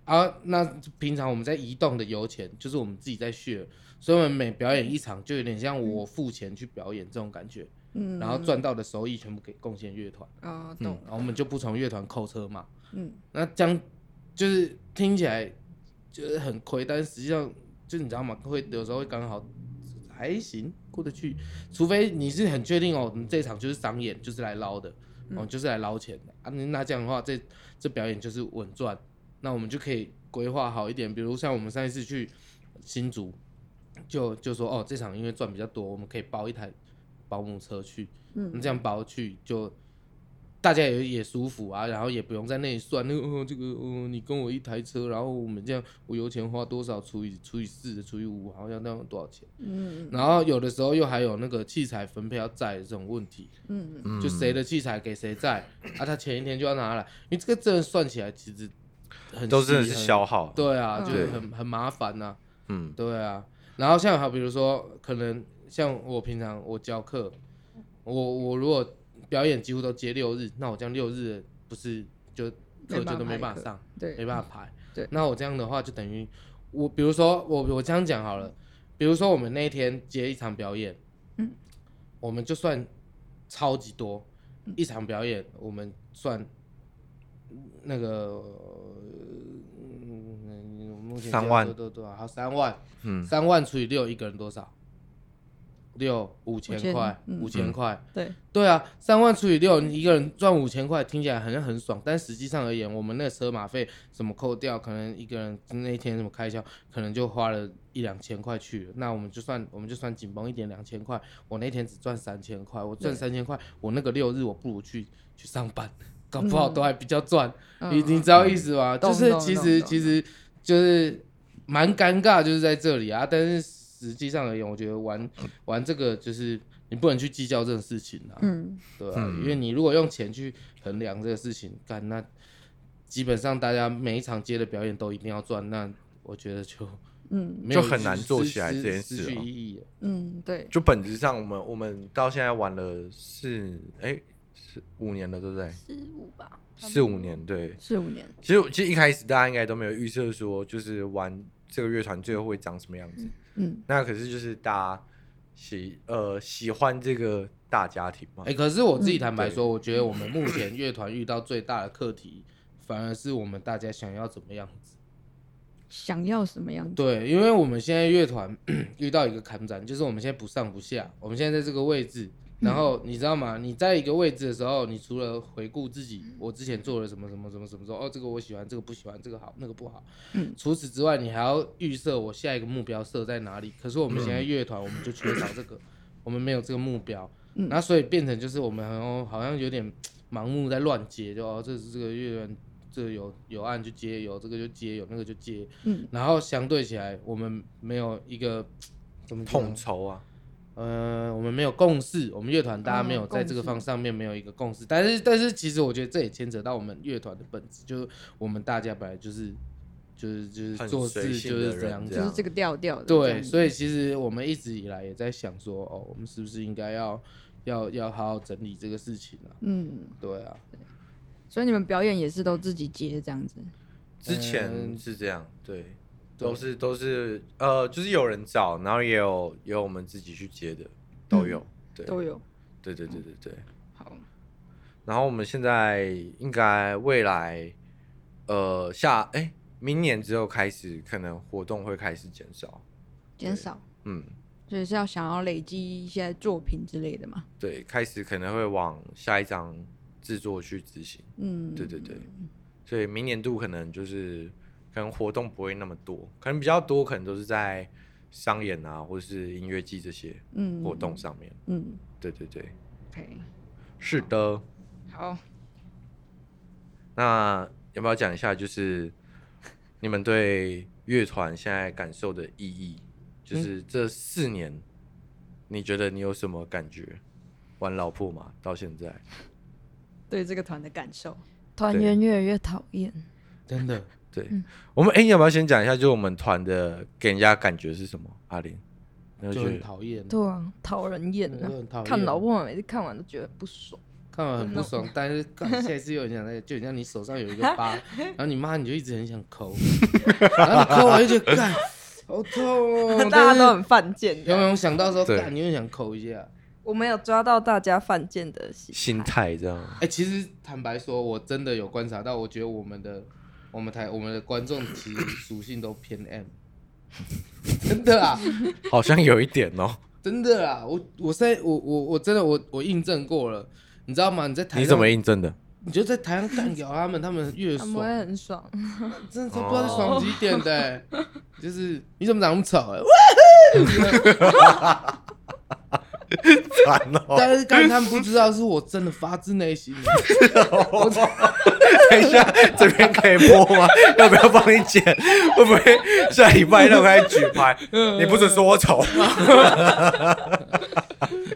S4: 啊，那平常我们在移动的油钱就是我们自己在续，所以我们每表演一场就有点像我付钱去表演这种感觉。
S2: 嗯，
S4: 然后赚到的收益全部给贡献乐团，
S2: 啊，懂
S4: 然后我们就不从乐团扣车嘛。
S2: 嗯，
S4: 那这样就是听起来就是很亏，但是实际上就你知道吗？会有时候会刚好还行过得去，除非你是很确定哦，你这场就是商演，就是来捞的，哦，就是来捞钱的啊。那这样的话，这这表演就是稳赚，那我们就可以规划好一点，比如像我们上一次去新竹，就就说哦，这场因为赚比较多，我们可以包一台保姆车去，
S2: 嗯
S4: 嗯，这样包去就大家也也舒服啊，然后也不用在那里算那个、哦、这个哦，你跟我一台车，然后我们这样我油钱花多少除以除以四除以五，好像那样多少钱，
S2: 嗯
S4: 然后有的时候又还有那个器材分配要在这种问题，
S2: 嗯，
S3: 嗯
S4: 就谁的器材给谁在啊，他前一天就要拿来，你这个真的算起来其实很
S3: 都真的
S4: 细
S3: 是
S4: 很
S3: 消耗。，
S4: 对啊，就
S3: 对
S4: 是很很麻烦呐、
S3: 嗯，
S4: 对啊。然后像好，比如说可能像我平常我教课，我我如果表演几乎都接六日，那我这样六日不是就课
S2: 没办
S4: 就
S2: 法
S4: 都没
S2: 排
S4: 办法
S2: 课
S4: 上，
S2: 对，
S4: 没办法排。
S2: 对
S4: 那我这样的话就等于我，比如说我我这样讲好了，比如说我们那一天接一场表演，
S2: 嗯，
S4: 我们就算超级多，一场表演我们算那个。嗯，目前
S3: 三万
S4: 多多多，好，三万，
S3: 嗯
S4: 三万除以六，一个人多少？六五
S2: 五
S4: 千
S2: 千
S4: 块，
S2: 嗯
S4: 五千
S3: 嗯
S4: 块，
S2: 对，
S4: 对啊，三万除以六，你一个人赚五千块，听起来好像很爽，但实际上而言，我们那个车马费什么扣掉，可能一个人那一天什么开销，可能就花了一两千块去了。那我们就算我们就算紧绷一点，两千块，我那天只赚三千块，我赚三千块，我那个六日我不如去去上班， 搞不好都还比较赚。
S2: 嗯
S4: 你你知道意思吗？
S2: 懂
S4: 就是
S2: 懂
S4: 其
S2: 懂
S4: 实
S2: 懂
S4: 其实就是蛮尴尬，就是在这里啊。但是实际上而言，我觉得玩玩这个就是你不能去计较这种事情啊。
S2: 嗯，
S4: 对啊，
S3: 嗯
S4: 因为你如果用钱去衡量这个事情，干那基本上大家每一场接的表演都一定要赚，那我觉得就
S2: 嗯
S4: 没有
S3: 就很难
S4: 失
S3: 做起来
S4: 失
S3: 这件事
S4: 失去
S3: 啊
S4: 意义了。
S2: 嗯，对，
S3: 就本质上，我们我们到现在玩了四哎四五年了，对不对？
S5: 四五吧，差不
S3: 四五
S5: 多
S3: 年，对。
S2: 四五年，
S3: 其实其实一开始大家应该都没有预测说，就是玩这个乐团最后会长什么样子。
S2: 嗯，
S3: 那可是就是大家喜呃喜欢这个大家庭嘛
S4: 哎、。可是我自己
S2: 嗯
S4: 坦白
S3: 对
S4: 说，我觉得我们目前乐团遇到最大的课题，反而是我们大家想要怎么样子。
S2: 想要什么样子？
S4: 对，因为我们现在乐团 遇到一个坎展，就是我们现在不上不下，我们现在在这个位置。然后你知道吗？你在一个位置的时候，你除了回顾自己，我之前做了什么什么什么什么，说哦这个我喜欢，这个不喜欢，这个好，那个不好。
S2: 嗯
S4: 除此之外，你还要预设我下一个目标设在哪里。可是我们现在乐团，我们就缺少这个，我们没有这个目标。
S2: 嗯
S4: 那所以变成就是我们好像好像有点盲目在乱接，就哦这是这个乐团，这个有有按就接，有这个就接，有那个就接。
S2: 嗯，
S4: 然后相对起来，我们没有一个怎么讲
S3: 统筹啊，
S4: 呃，我们没有共识，我们乐团大家没有
S2: 哦
S4: 在这个
S2: 共
S4: 方
S2: 识
S4: 上面没有一个共识。但是，但是其实我觉得这也牵扯到我们乐团的本质，就是我们大家本来就是就是就是
S3: 很
S4: 做
S3: 随
S4: 事
S3: 性
S4: 就
S3: 的
S4: 是这
S3: 人
S4: 样
S3: 这
S4: 子
S2: 就
S3: 样
S2: 是。这个调调的，这
S4: 对，
S2: 样子
S4: 所以其实我们一直以来也在想说，哦，我们是不是应该要要要好好整理这个事情啊？
S2: 嗯，
S4: 对啊，
S2: 所以你们表演也是都自己接这样子，
S3: 之前
S4: 嗯
S3: 是这样，对，
S4: 对
S3: 都是都是呃，就是有人找，然后也有也有我们自己去接的，都有，对，
S2: 嗯都有。
S3: 对对对对对。
S2: 好，
S3: 然后我们现在应该未来，呃，下哎、明年之后开始，可能活动会开始减少，
S2: 减少，
S3: 嗯，
S2: 所以是要想要累积一些作品之类的嘛。
S3: 对，开始可能会往下一张制作去执行，
S2: 嗯，
S3: 对对对，所以明年度可能就是可能活动不会那么多，可能比较多可能都是在商演啊，或是音乐季这些
S2: 嗯，
S3: 活动，上面。
S2: 嗯
S3: 对对对，
S2: ，OK，
S3: 是的。
S2: 好，
S3: 那要不要讲一下，就是你们对乐团现在感受的意义？
S2: 嗯
S3: 就是这四年，你觉得你有什么感觉？玩老破嘛，到现在，
S2: 对这个团的感受，
S5: 团
S3: 对
S5: 员越来越讨厌，
S4: 真的，
S3: 对、
S2: 嗯
S3: 我们，哎、你要不要先讲一下，就是我们团的给人家感觉是什么？阿林，你会
S4: 就
S3: 觉得
S4: 很讨厌，
S5: 对啊，讨人厌
S4: 真的
S5: 啊
S4: 就！很讨厌。
S5: 看老婆每次看完都觉得很不爽，，
S4: 看完很不爽，但是干下一次又很想那个，就很像你手上有一个疤，然后你妈你就一直很想抠，然后你抠完就觉得干好痛哦
S5: 大家都
S4: 但
S5: 很犯贱
S4: 是有没
S5: 的。
S4: 有想到说
S3: 对
S4: 干你又想抠一下？
S5: 我没有抓到大家犯贱的心
S3: 心
S5: 态，
S3: 态这样，
S4: 哎、其实坦白说，我真的有观察到，我觉得我们的我们台我们的观众其实属性都偏 M，真的啊，
S3: 好像有一点哦、
S4: 真的啊，我我现在我我我真的我我印证过了，你知道吗？你在台上
S3: 你怎么印证的？
S4: 你就在台上干掉他们，他们越
S5: 他
S4: 爽，
S5: 们会很爽。
S4: 真的超不知道在爽几点的、欸，
S6: 哦
S4: 就是你怎么长那么丑哎、欸？
S3: 惨哦、
S4: 但是刚他们不知道是我真的发自内心的，
S3: 等一下，这边可以播吗？要不要帮你剪？会不会下礼拜让开举牌？你不准说我丑。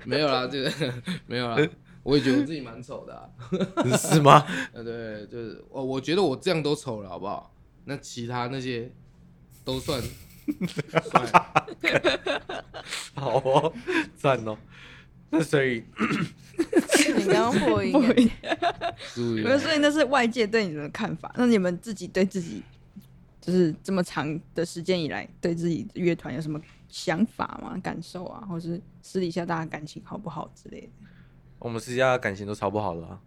S4: 没有啦，这个 没有啦，我也觉得我自己蛮丑的、啊，
S3: 是吗？
S4: 哦呃，对，就是我我觉得我这样都丑了，好不好？那其他那些都算帅。
S3: 好哦，赞哦。那所以
S6: 你刚刚破音耶，
S4: 注 意
S2: 没有，所以那是外界对你们的看法。那你们自己对自己，就是这么长的时间以来，对自己乐团有什么想法吗？感受啊，或是私底下大家感情好不好之类的？
S3: 我们私下感情都超不好了、啊。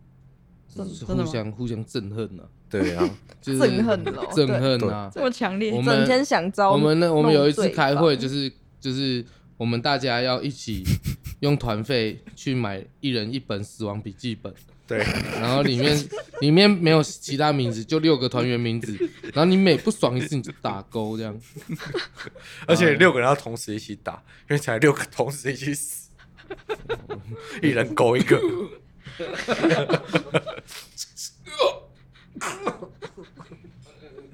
S4: 就是
S2: 真的
S4: 互
S2: 吗
S4: 相互相憎恨呐、
S3: 对啊，
S4: 就是
S6: 憎恨 咯
S4: 憎恨啊。
S2: 这么强烈
S4: 我，们
S6: 整天想招
S4: 我们呢，我们有一次
S6: 弄对
S4: 开
S6: 方
S4: 会，就是就是我们大家要一起用团费去买一人一本死亡笔记本，
S3: 对，啊
S4: 然后里 面里面没有其他名字，就六个团员名字，然后你每不爽一次你就打勾这样。
S3: 而且六个人要同时一起打，因为才六个同时一起 死，一人勾一个。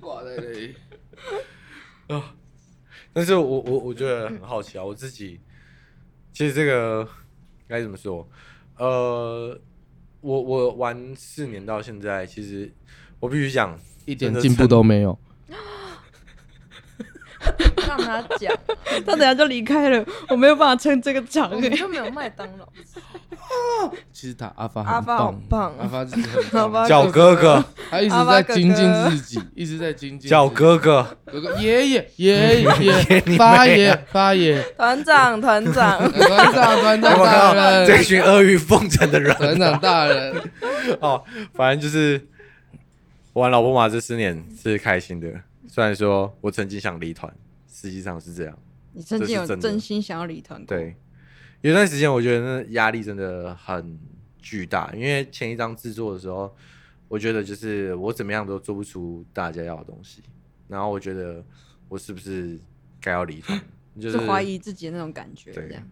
S4: 挂在那里，
S3: 但是我我我觉得很好奇啊，我自己其实这个该怎么说？呃，我我玩四年到现在，其实我必须讲，
S4: 一点进步都没有。
S5: 让他讲，
S2: 他等下就离开了，我没有办法撑这个场
S5: 我。 们就没有麦当劳。
S4: 其实他阿发
S6: 阿
S4: 很
S6: 发好棒
S4: 阿发真的很棒
S6: 阿发
S3: 叫哥哥，
S4: 他一直
S6: 阿发
S4: 在
S6: 哥
S4: 精进
S6: 哥
S4: 自己，一直在精进自己。
S3: 叫哥哥，
S4: 有个爷爷 爷爷
S3: 你妹啊
S4: 发爷发爷，
S6: 团长团长，
S4: 团长团
S3: 有没
S4: 长
S3: 有
S4: 大
S3: 看到这
S4: 人，
S3: 群阿谀奉承的人？
S4: 团长 大人，
S3: 哦，反正就是玩老婆马这四年是开心的，虽然说我曾经想离团，实际上是这样。
S2: 你曾经有真心想要离团过，
S3: 对，有段时间我觉得那压力真的很巨大，因为前一张制作的时候，我觉得就是我怎么样都做不出大家要的东西，然后我觉得我是不是该要离团，
S2: 就
S3: 就
S2: 是怀疑自己的那种感觉，
S3: 对
S2: 这样。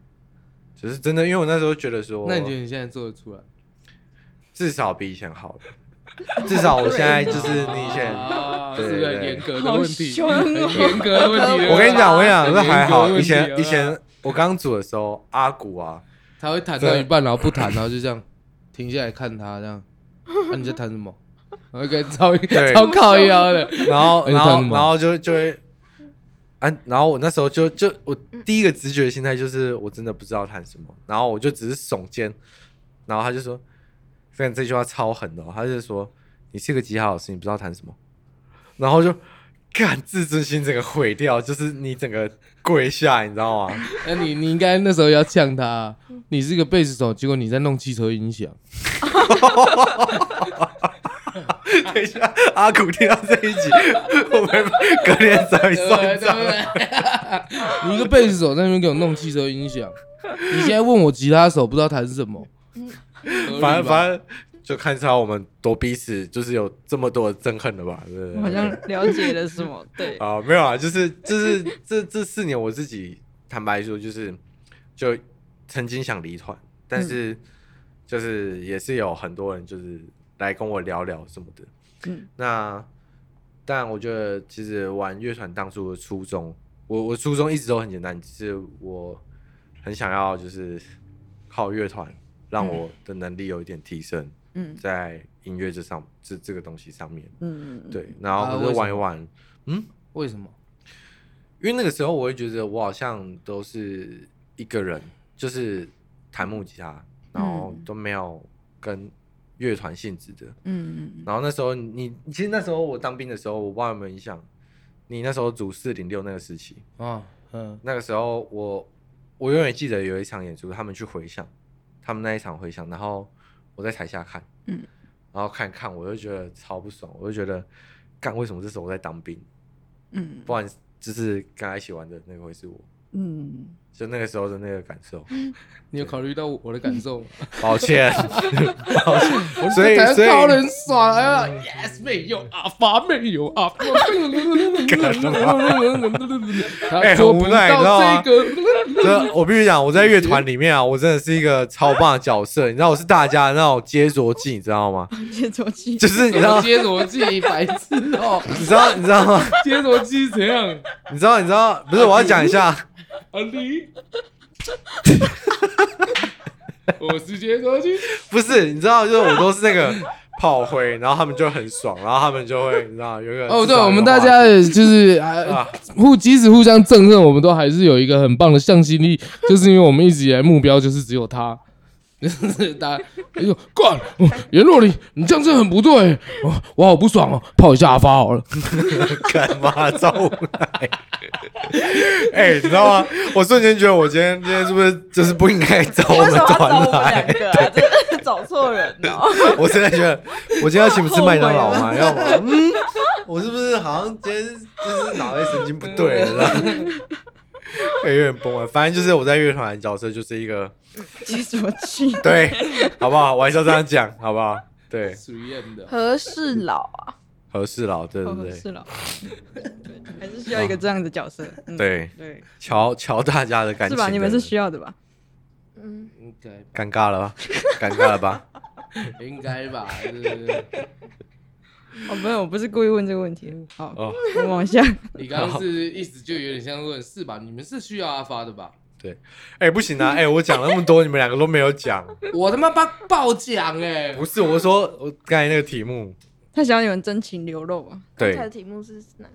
S3: 就是真的，因为我那时候觉得说，
S4: 那你觉得你现在做得出来？
S3: 至少比以前好了，至少我现在 就是你以前。
S4: 啊
S3: 对
S4: 是
S3: 对
S4: 很
S3: 对
S4: 严格的
S2: 好
S4: 问题，
S2: 凶哦
S4: 很严格的问题。
S3: 我跟你讲，我跟你讲，
S4: 很
S3: 那
S4: 严
S3: 还
S4: 格
S3: 好。
S4: 的
S3: 以
S4: 问题啊
S3: 前
S4: 了
S3: 以前我刚组的时候，阿古啊，
S4: 他会弹到一半，然后不弹，然后就这样停下来看他这样。那你在弹什么？然后跟 超
S3: 对
S4: 超靠腰的，
S3: 然后
S4: 哎
S3: 然
S4: 他很
S3: 后
S4: 猛
S3: 然后就就会，啊，然后我那时候就就我第一个直觉心态就是我真的不知道弹什么，然后我就只是耸肩，然后他就说，虽然这句话超狠的哦、他就说你是个吉他老师，你不知道弹什么，然后就。干自尊心整个毁掉，就是你整个跪下，你知道吗？
S4: 那你你应该那时候要呛他啊，你是个贝斯手，结果你在弄汽车音响，
S3: 等一下，阿古听到这一集，我们隔天找你
S4: 对不对
S3: 算
S4: 对不
S3: 账。
S4: 对？ 你一个贝斯手在那边给我弄汽车音响，你现在问我吉他手不知道弹什么，
S3: 反正
S4: 正
S3: 反正就看出来我们多彼此就是有这么多的憎恨了吧？对不
S2: 我
S3: 对？
S2: 好像了解了什么，对，
S3: 啊，没有啊，就是就是这这四年我自己坦白说，就是就曾经想离团，
S4: 嗯
S3: 但是就是也是有很多人就是来跟我聊聊什么的。
S2: 嗯，
S3: 那但我觉得其实玩乐团当初的初衷，我我初衷一直都很简单，只是我很想要就是靠乐团
S4: 嗯
S3: 让我的能力有一点提升，
S2: 嗯
S3: 在音乐这上这这个东西上面，
S2: 嗯，嗯，
S3: 对，然后
S4: 啊
S3: 可
S4: 为
S3: 是
S4: 什
S3: 玩一
S4: 么
S3: 玩，嗯。
S4: 为什么？
S3: 因为那个时候我会觉得我好像都是一个人，就是弹木吉他，然后都没有跟乐团性质的。
S2: 嗯嗯
S3: 然后那时候你，其实那时候我当兵的时候，我不知道有没有影响。你那时候组四零六那个时期，
S4: 啊，嗯，
S3: 那个时候我我永远记得有一场演出，他们去回想，他们那一场回想，然后我在台下看，
S2: 嗯，
S3: 然后看看我就觉得超不爽，我就觉得干为什么这时候我在当兵，
S2: 嗯
S3: 不然就是跟他一起玩的那个会是我。
S2: 嗯，
S3: 就那个时候的那个感受。
S4: 你有考虑到我的感受吗？
S3: 抱 歉，
S4: 我
S3: 所以
S4: 弹
S3: 所以
S4: 超人爽，哎呀，yes 没有阿发没有阿发，
S3: 哎
S4: 他做
S3: 很无
S4: 不
S3: 奈
S4: 到这个，
S3: 这我必须讲，我在乐团里面啊，我真的是一个超棒的角色。你知道我是大家的那种接着技，你知道 吗？
S2: 接着 去，
S3: 就是你知道，
S4: 接逻辑白痴哦，
S3: 你知道，你知道吗？
S4: 接逻辑怎样？
S3: 你知道，你知道，不是我要讲一下，
S4: 阿狸，我是接逻辑，
S3: 不是你知道，就是我都是那个炮灰，然后他们就很爽，然后他们就会你知道有一 个
S4: 哦，
S3: 至
S4: 对，
S3: 少有
S4: 我们
S3: 个话
S4: 大
S3: 题
S4: 家也 就是啊，
S3: 啊，
S4: 互即使互相憎恨，我们都还是有一个很棒的向心 力，就是因为我们一直以来目标就是只有 他。就是大家，哎呦，干，哦袁若琳，你这样真的很不对，哦我好不爽哦，泡一下阿发好了。
S3: 干嘛招无赖？ 哎、你知道吗？我瞬间觉得我今天今天是不是就是不应该找我
S6: 为
S3: 们
S6: 什么要找
S3: 团
S6: 我们
S3: 来
S6: 两？个啊？这找错人哦 了。
S3: 我真的觉得，我今天要请你们吃麦当劳吗？要吗？嗯，我是不是好像今天就是脑袋神经不对了？哎有点崩了。反正就是我在乐团的角色就是一个
S2: 接什么气？
S3: 对，好不好？玩笑这样讲，好不好？对，
S4: 属于 M 的，
S5: 和事佬啊，
S3: 合适佬，对对
S2: 哦
S3: 对，
S2: 是了，对，还是需要一个这样的角色。嗯
S3: 对
S2: 对，
S3: 瞧瞧大家的感
S2: 是
S3: 情的，
S2: 吧？你们是需要的吧？
S5: 嗯，
S4: 应该
S3: 尴尬了吧？尴尬了吧？
S4: 应该吧，对对对。
S2: 哦，不是，我不是故意问这个问题。好，
S3: 哦，
S2: 我们往下。
S4: 你刚刚是意思就有点像问是吧？你们是需要阿发的吧？
S3: 哎、不行啊！哎、我讲了那么多，你们两个都没有讲。
S4: 我他妈爆爆奖哎！
S3: 不是，我说我刚才那个题目，
S2: 他想要你们真情流露啊！
S5: 刚才的题
S3: 对，
S5: 目是哪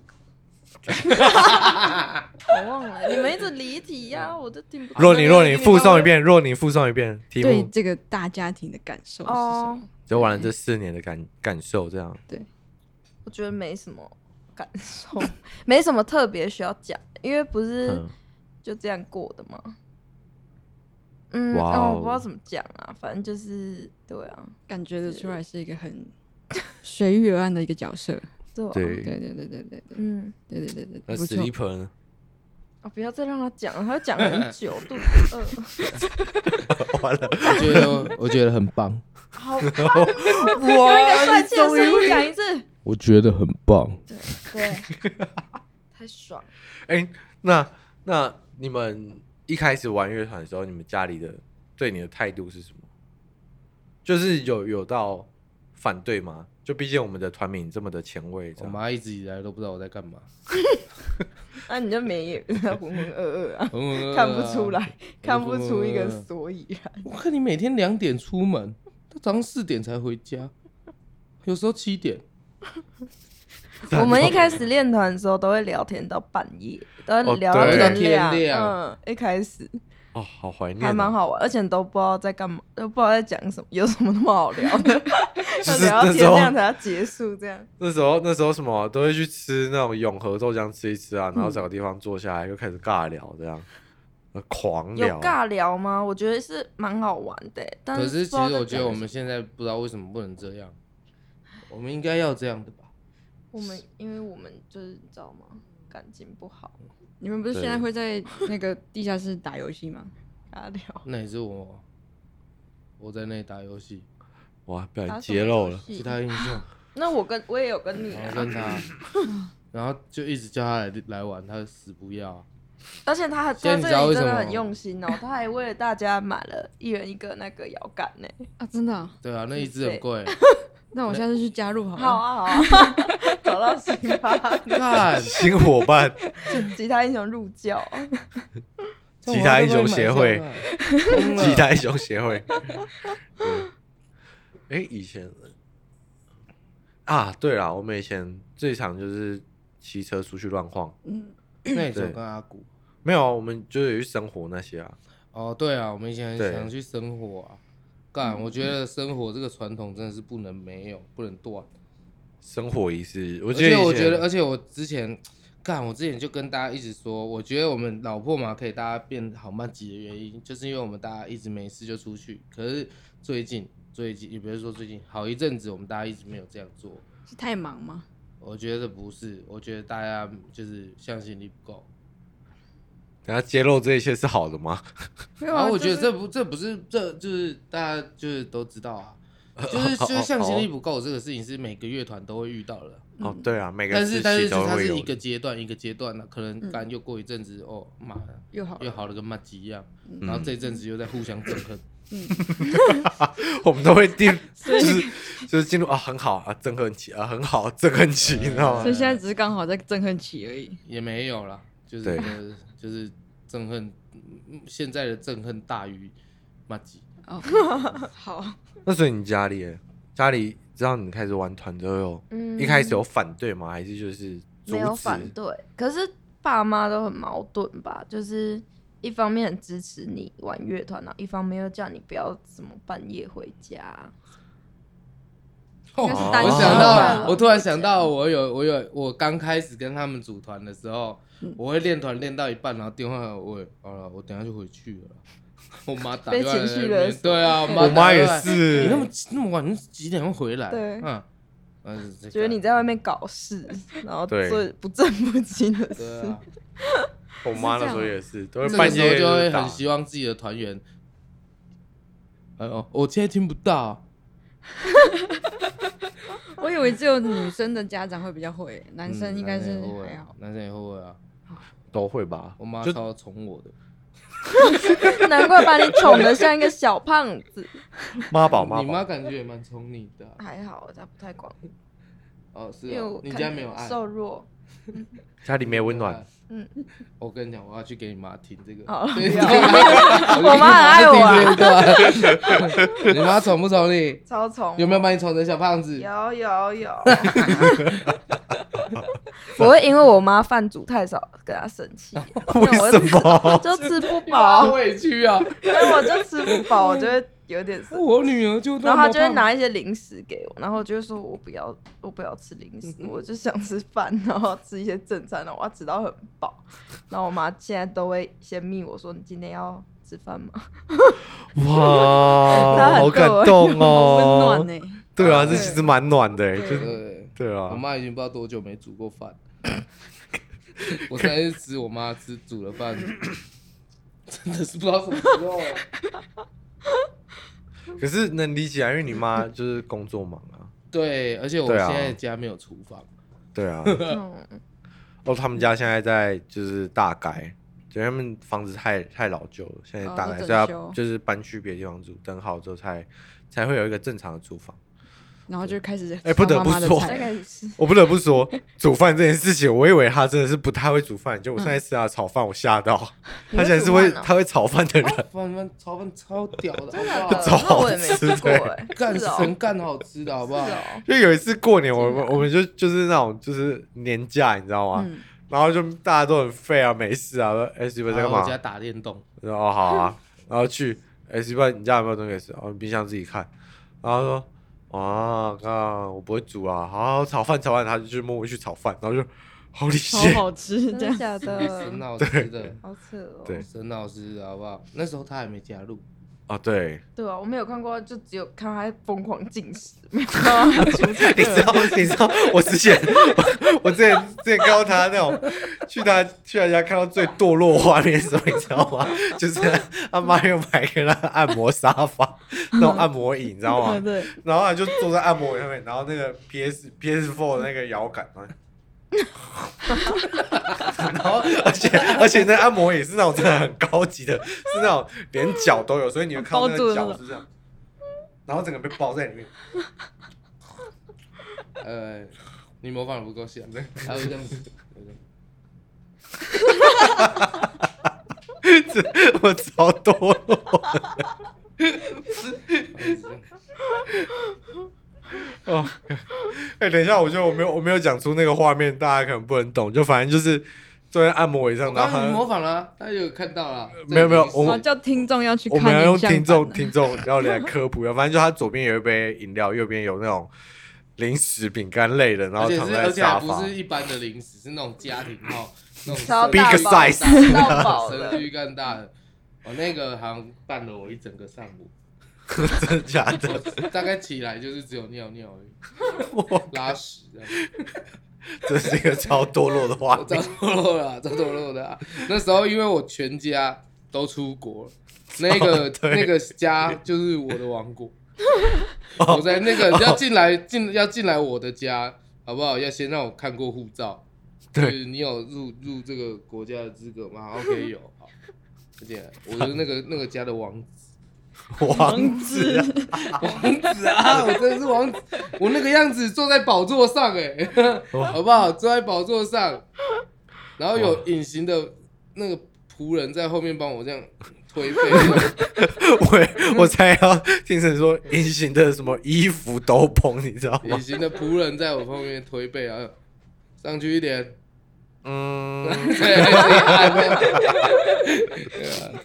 S5: 个？我忘了，你们一直离题呀、我都听不懂。
S3: 若你若你复诵一遍，若你复诵一遍题
S2: 对
S3: 目，
S2: 这个大家庭的感受是什么
S5: 哦，
S3: 就完了这四年的感感受，这样
S5: 我觉得没什么感受， 没什么特别需要讲，因为不是
S3: 嗯，
S5: 就这样过的吗？嗯，
S3: 哇
S5: 但
S3: 哦
S5: 我不知道怎么讲啊，反正就是对啊，
S2: 感觉得出来是一个 很随遇而安的一个角色。
S5: 对啊，
S2: 对
S3: 对。
S2: 对对对对对
S5: 嗯，
S2: 对对对对
S3: 那
S2: 对，不错。
S3: sleeper 呢？
S5: 啊，不要再让他讲了，他要讲很久，肚子饿。
S3: 完了，
S4: 我觉得我觉得很棒，
S5: 好棒哦，我 用一个帅气的声音讲一次，
S4: 我觉得很棒。
S5: 对，太爽了。
S3: 哎、那那你们一开始玩乐团的时候，你们家里的对你的态度是什么？就是有有到反对吗？就毕竟我们的团名这么的前卫，这
S5: 哦
S4: 我
S3: 样
S4: 妈一直以来都不知道我在 干嘛，
S5: 那你就没有浑浑噩噩啊，
S4: 嗯
S5: 看不出。来，看不出一个
S4: 浑浑噩噩
S5: 所以然。
S4: 我看你每天两点出门，到早上四点才回家，有时候七点。
S5: 我们一开始练团的时候都会聊天到半夜，都
S3: 哦
S5: 会聊
S3: 对
S5: 天
S4: 聊到天亮
S5: 嗯，一开始
S3: 哦，好怀念、
S5: 还蛮，好玩，而且都不知道在干嘛，都不知道在讲什么，有什么那么好聊 的？
S3: 就是
S5: 聊到
S3: 那
S5: 天
S3: 时候
S5: 亮才要结束，这样。
S3: 那时候那时候什么都会去吃那种永和豆浆吃一
S5: 嗯
S3: 吃啊，然后找个地方坐下来又开始尬聊这样，呃狂
S5: 有
S3: 聊。
S5: 尬聊吗？我觉得是蛮好玩的欸，但
S4: 可是
S5: 不
S4: 其
S5: 知道
S4: 实
S5: 在
S4: 我觉
S5: 讲
S4: 得我
S5: 什
S4: 们
S5: 么
S4: 现在不知道为什么不能这样，我们应该要这样的吧？
S5: 我们，因为我们就是你知道吗，感情不好，
S4: 嗯
S2: 你们不是现在
S3: 对
S2: 会在那个地下室打游戏吗？
S5: 尬聊。
S4: 那也是我，我在那里打游戏，
S3: 哇，不小
S5: 打
S3: 心
S5: 什么
S3: 揭露
S5: 游
S3: 了。
S5: 戏
S4: 其他 英雄。
S5: 那我跟我也有跟你
S4: 然
S5: 啊
S4: 后，跟他，然后就一直叫他来来玩，他死不要啊。
S5: 而且他还他
S4: 现在你
S5: 这
S4: 知道
S5: 个
S4: 为
S5: 真
S4: 什
S5: 的
S4: 么
S5: 很用心 哦，他还为了大家买了一人一个那个摇杆 呢。
S4: 嗯
S2: 啊，真的啊、
S4: 对啊，那一只很贵。
S2: 那我下次去加入好了。
S5: 好啊好啊，找到新吧，
S4: 干，
S3: 新伙伴，
S5: 吉他英雄入教，
S3: 吉他英雄协会吉
S4: 吉
S3: 他英雄协会。 哎、诶以前啊，对啦，我们以前最常就是骑车出去乱晃，
S2: 嗯
S4: 那也就
S3: 对
S4: 跟阿古。
S3: 没有啊，我们就是有去生活那些啊。
S4: 哦，对啊，我们以前
S3: 对
S4: 很常去生活啊。干，我觉得生活这个传统真的是不能没有，不能断。
S3: 生活仪式，我
S4: 而
S3: 记
S4: 且
S3: 得
S4: 我
S3: 以前
S4: 觉得，而且我之前干，我之前就跟大家一直说，我觉得我们老破嘛可以大家变好慢级的原因，就是因为我们大家一直没事就出去。可是最近最近，也不是说最近，好一阵子我们大家一直没有这样做。
S2: 是太忙吗？
S4: 我觉得不是，我觉得大家就是向心力不够。
S3: 然后揭露这一切是好的吗？
S2: 没有
S4: 然
S2: 啊，
S4: 后我觉得
S2: 就是
S4: 这不这不是这就是大家就是都知道 啊，就是就是向心力不够这个事情是每个乐团都会遇到的。
S3: 哦，对啊，每个
S4: 嗯但
S3: 时
S4: 是但
S3: 期
S4: 是就
S3: 都
S4: 它
S3: 会
S4: 是
S3: 有
S4: 一
S3: 的
S4: 个。阶段一个阶段的，啊可能干又过一阵子哦妈呀，
S2: 又嗯好嗯
S4: 又好的跟妈鸡一样，然后这
S3: 嗯
S4: 一阵子又在互相憎恨，
S3: 我们都会 定，就是就是进入啊，很好啊，憎恨期啊，很好憎恨期，你知道
S2: 所
S4: 嗯
S3: 吗
S2: 以？现在只是刚好在憎恨期而已。
S4: 也没有啦，就是
S3: 对
S4: 呃就是憎恨，嗯现在的憎恨大于妈鸡。
S2: 哦，好，
S3: 那所以你家里耶，家里知道你开始玩团之后有，
S5: 嗯
S3: 一开始有反对吗？还是就是阻
S5: 没有
S3: 止
S5: 反对，可是爸妈都很矛盾吧？就是一方面很支持你玩乐团，然后一方面又叫你不要什么半夜回
S4: 啊
S5: 家。
S4: 哦
S5: 应该是单
S4: 我
S5: 身
S4: 想
S5: 吧
S4: 到，我突然想到，我有我有我刚开始跟他们组团的时候，
S2: 嗯
S4: 我会练团练到一半，然后电话我好了，我等一下就回去了。 我妈打
S2: 被
S4: 电话
S2: 情绪
S4: 在那
S2: 勒
S4: 边
S2: 索
S4: 对啊，我妈
S3: 我妈
S4: 打电
S3: 也
S4: 话来
S3: 是
S4: 你那么那么晚，你几点会回来？
S2: 对
S4: 嗯，嗯这个
S2: 觉得你在外面搞事，然后
S3: 对
S2: 做不正不经的
S4: 对
S2: 事
S4: 啊，，
S3: 我妈那时候
S5: 啊
S3: 也是，都会
S4: 那
S3: 半
S4: 个时候
S3: 夜
S4: 就会
S3: 打
S4: 很希望自己的团员。哎呦，我现在听不到，
S2: 我以为只有女生的家长会比较会，男生
S4: 嗯
S2: 应该是
S4: 男生也会
S2: 还
S4: 啊
S2: 好。
S4: 男生也会啊。
S3: 都会吧。
S4: 我妈
S3: 就
S4: 超宠我的，
S5: 难怪把你宠得像一个小胖子。
S3: 妈宝妈
S4: 你妈
S3: 宝，
S4: 感觉也蛮宠你的啊。
S5: 还好，他不太管我，
S4: 哦，是
S5: 因为
S4: 哦
S5: 我，
S4: 你
S5: 看
S4: 家
S5: 起
S4: 没有
S5: 来
S4: 爱，
S5: 瘦弱。
S3: 家里没温暖，。
S5: 嗯，
S4: 我跟你讲，我要去给你妈听这个。
S5: 好了
S4: 对
S5: 不要
S4: 我
S5: 我妈很爱我啊
S4: 啊。 你妈宠不宠你？
S5: 超宠我
S4: 有没有把你宠成小胖子？
S5: 有有 有，我会因为我妈饭煮太少跟她生气，
S4: 哦
S3: 为什 么？
S5: 就吃不
S4: 好
S5: 饱，
S4: 委屈啊！
S5: 所以我就吃不饱，我就会有点生
S4: 我女儿就那
S5: 然
S4: 么
S5: 后她就会
S4: 胖
S5: 拿一些零食给我，然后我就会说我不要，我不要吃零食，我就想吃饭，然后吃一些正餐，然后我要吃到很饱。然后我妈现在都会先密我说你今天要吃饭吗？她
S3: 哇，
S5: 很
S3: 好感
S2: 好
S3: 动
S2: 温
S3: 哦
S5: 欸
S2: 暖！呢。
S3: 对啊，这其实蛮暖的欸，就
S4: 对，
S3: 对
S4: 我
S3: 啊，
S4: 妈已经不知道多久没煮 过饭。我上一次吃我妈吃煮的 饭，真的是不知道什么时候。
S3: 可是能理解啊，因为你妈就是工作忙啊。
S4: 对，而且我
S3: 对啊
S4: 现在家没有厨房。
S3: 对啊，
S5: 嗯，
S3: 哦，他们家现在在就是大改，就他们房子太太老旧了，现在
S2: 哦
S3: 大
S2: 要
S3: 改，
S2: 整
S3: 所以要
S2: 修
S3: 就是搬去别的地方住，等好之后才才会有一个正常的住房。
S2: 然后就开始
S3: 哎不得不
S2: 烧妈妈的
S3: 说
S5: 大
S2: 菜
S5: 概 是
S3: 我不得 不说，煮饭这件事情，我以为他真的是不太会煮饭，就我上次吃他的炒饭，我吓到，
S5: 嗯你
S3: 他
S5: 会
S3: 竟然是
S5: 煮
S3: 会
S5: 饭哦
S3: 他会炒饭的人，
S4: 饭饭超饭超屌的，真
S3: 超
S5: 那我也没
S3: 好吃
S5: 吃过
S3: 的
S5: 哎，
S4: 干
S5: 是哦
S4: 神干好吃的好不好？
S5: 是哦
S3: 就有一次过年，我们我们就就是那种就是年假，你知道吗？
S2: 嗯
S3: 然后就大家都很废啊，没事啊，说哎，媳妇在干
S4: 然
S3: 嘛
S4: 后我？家打电动，
S3: 我说哦好啊，然后去，哎媳妇你家有没有东西可以吃？哦冰箱自己看。然后说啊，看我不会煮啊，好炒饭炒饭，他就去默默去炒饭，然后就好理
S2: 好
S3: 解，
S2: 好吃
S5: 真
S2: 这
S5: 的
S2: 样。
S5: 假的
S4: 神？好吃的，
S5: 好扯哦。
S3: 对
S4: 神好吃的好不好？那时候他还没加入，
S3: 啊对，
S5: 对啊，我没有看过，就只有看他疯狂进食，没有看到他出菜。
S3: 你知道，你知道，我之前，我我之前之前看到他那种去他去他家看到最堕落画面是什么，你知道吗？ 就是他妈又买给他按摩沙发，那种按摩椅，你知道吗？
S2: 对，
S3: 然后他就坐在按摩椅上面，然后那个 PS PS Four 那个摇杆，然后 然后而且而且那按摩椅是那种真的很高级的，是那种连脚都有，所以你会看到那
S2: 包住
S3: 个
S2: 的
S3: 脚
S2: 那
S3: 是这样，然后整个被包在里面。
S4: 呃，你模仿的不 够像，还有这样子，
S3: 这我超多了。
S4: 还有 这样
S3: 哦，哎、等一下，我觉得我没有我没有讲出那个画面，大家可能不能懂。就反正就是坐在按摩椅上，
S4: 我
S3: 然
S4: 刚
S3: 后
S4: 刚已经模
S3: 他
S4: 仿了啊，他有看到了，
S3: 没有没有我
S2: 然后叫听众要去
S3: 我
S2: 看
S3: 们要
S2: 影
S3: 用
S2: 像
S3: 听众
S2: 版的。
S3: 听众要来科 普一下，反正就他左边有一杯饮料，右边有那种零食饼干类的，然
S4: 而
S3: 后
S4: 且
S3: 躺
S4: 是
S3: 在
S4: 而且还
S3: 沙
S4: 不
S3: 发。
S4: 是一般的零食，是那种家庭号，那种
S5: 超
S4: 生
S5: 大
S3: Big
S5: 包
S3: size
S5: 到饱的
S4: 神，巨干大的，我那个好像伴了我一整个上午，
S3: 真的假的？
S4: 我大概起来就是只有尿尿而已，
S3: 我
S4: 拉屎这样。
S3: 这是一个超堕落的画
S4: 我
S3: 面
S4: 找。透露了啊，找透露的啊。那时候因为我全家都出国了，那个、那个家就是我的王国。我在那个要进来进要进来我的家，好不好？要先让我看过护照，就
S3: 对，
S4: 是你有入入这个国家的资格吗好？OK，有。好，而且我是那个那个家的王子。
S3: 王子啊，
S4: 王子啊，我真的是王子，我那个样子坐在宝座上、哎，
S3: 哇
S4: 好不好？坐在宝座上，然后有隐形的那个仆人在后面帮我这样颓废。
S3: 我我才要听成说隐形的什么衣服斗篷，你知道
S4: 隐
S3: 吗？
S4: 形的仆人在我后面推背啊，上去一点，
S3: 嗯，
S4: 对自己按的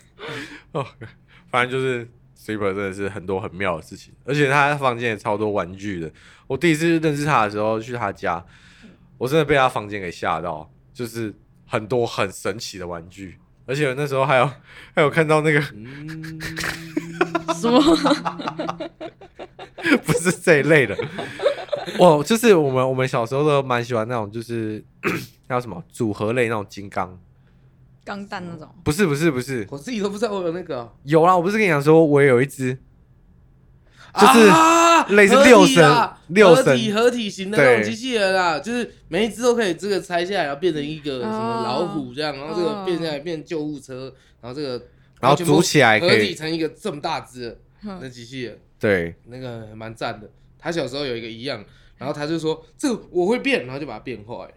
S3: 哦，反正就是 Super 真的是很多很妙的事情，而且他房间也超多玩具的。我第一次认识他的时候去他家，我真的被他房间给吓到，就是很多很神奇的玩具，而且我那时候还有还有看到那个
S4: 嗯
S2: 什么？
S3: 不是这一类的。我就是我们我们小时候都蛮喜欢那种就是 那叫什么组合类那种金刚，
S2: 钢弹那 种，
S3: 不是不是不是，
S4: 我自己都不知道我有那个啊，
S3: 有啦，我不是跟你讲说我也有一只，就是
S4: 啊
S3: 类似
S4: 合体
S3: 六神
S4: 啦
S3: 六神
S4: 合体合体型的那种
S3: 对
S4: 机器人啊，就是每一只都可以这个拆下来，然后变成一个什么老虎这样，然后这个变下来变救护车，然后这个
S3: 然后
S4: 全部
S3: 组起来可
S4: 合
S3: 以
S4: 体成一个这么大只的那机器人。
S3: 对，
S4: 那个还蛮赞的。他小时候有一个一样，然后他就说这个我会变，然后就把它变坏了。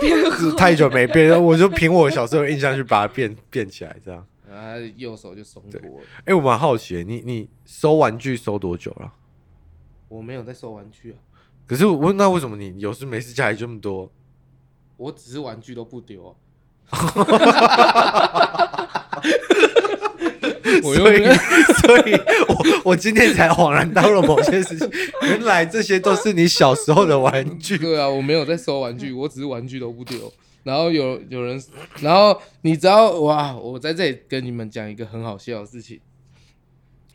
S3: 就是太久没变，我就凭我小时候的印象去把它变变起来这样。
S4: 然后他的右手就松脱了。
S3: 哎、我蛮好奇的，你你收玩具收多久了？
S4: 我没有在收玩具啊，
S3: 可是我那为什么你有事没事家里这么多？
S4: 我只是玩具都不丢、啊。我又
S3: 所以
S4: 没有
S3: 所以我我今天才恍然大悟了某些事情，原来这些都是你小时候的玩具。嗯
S4: 对啊，我没有在收玩具，我只是玩具都不丢。然后有有人，然后你知道哇，我在这里跟你们讲一个很好笑的事情，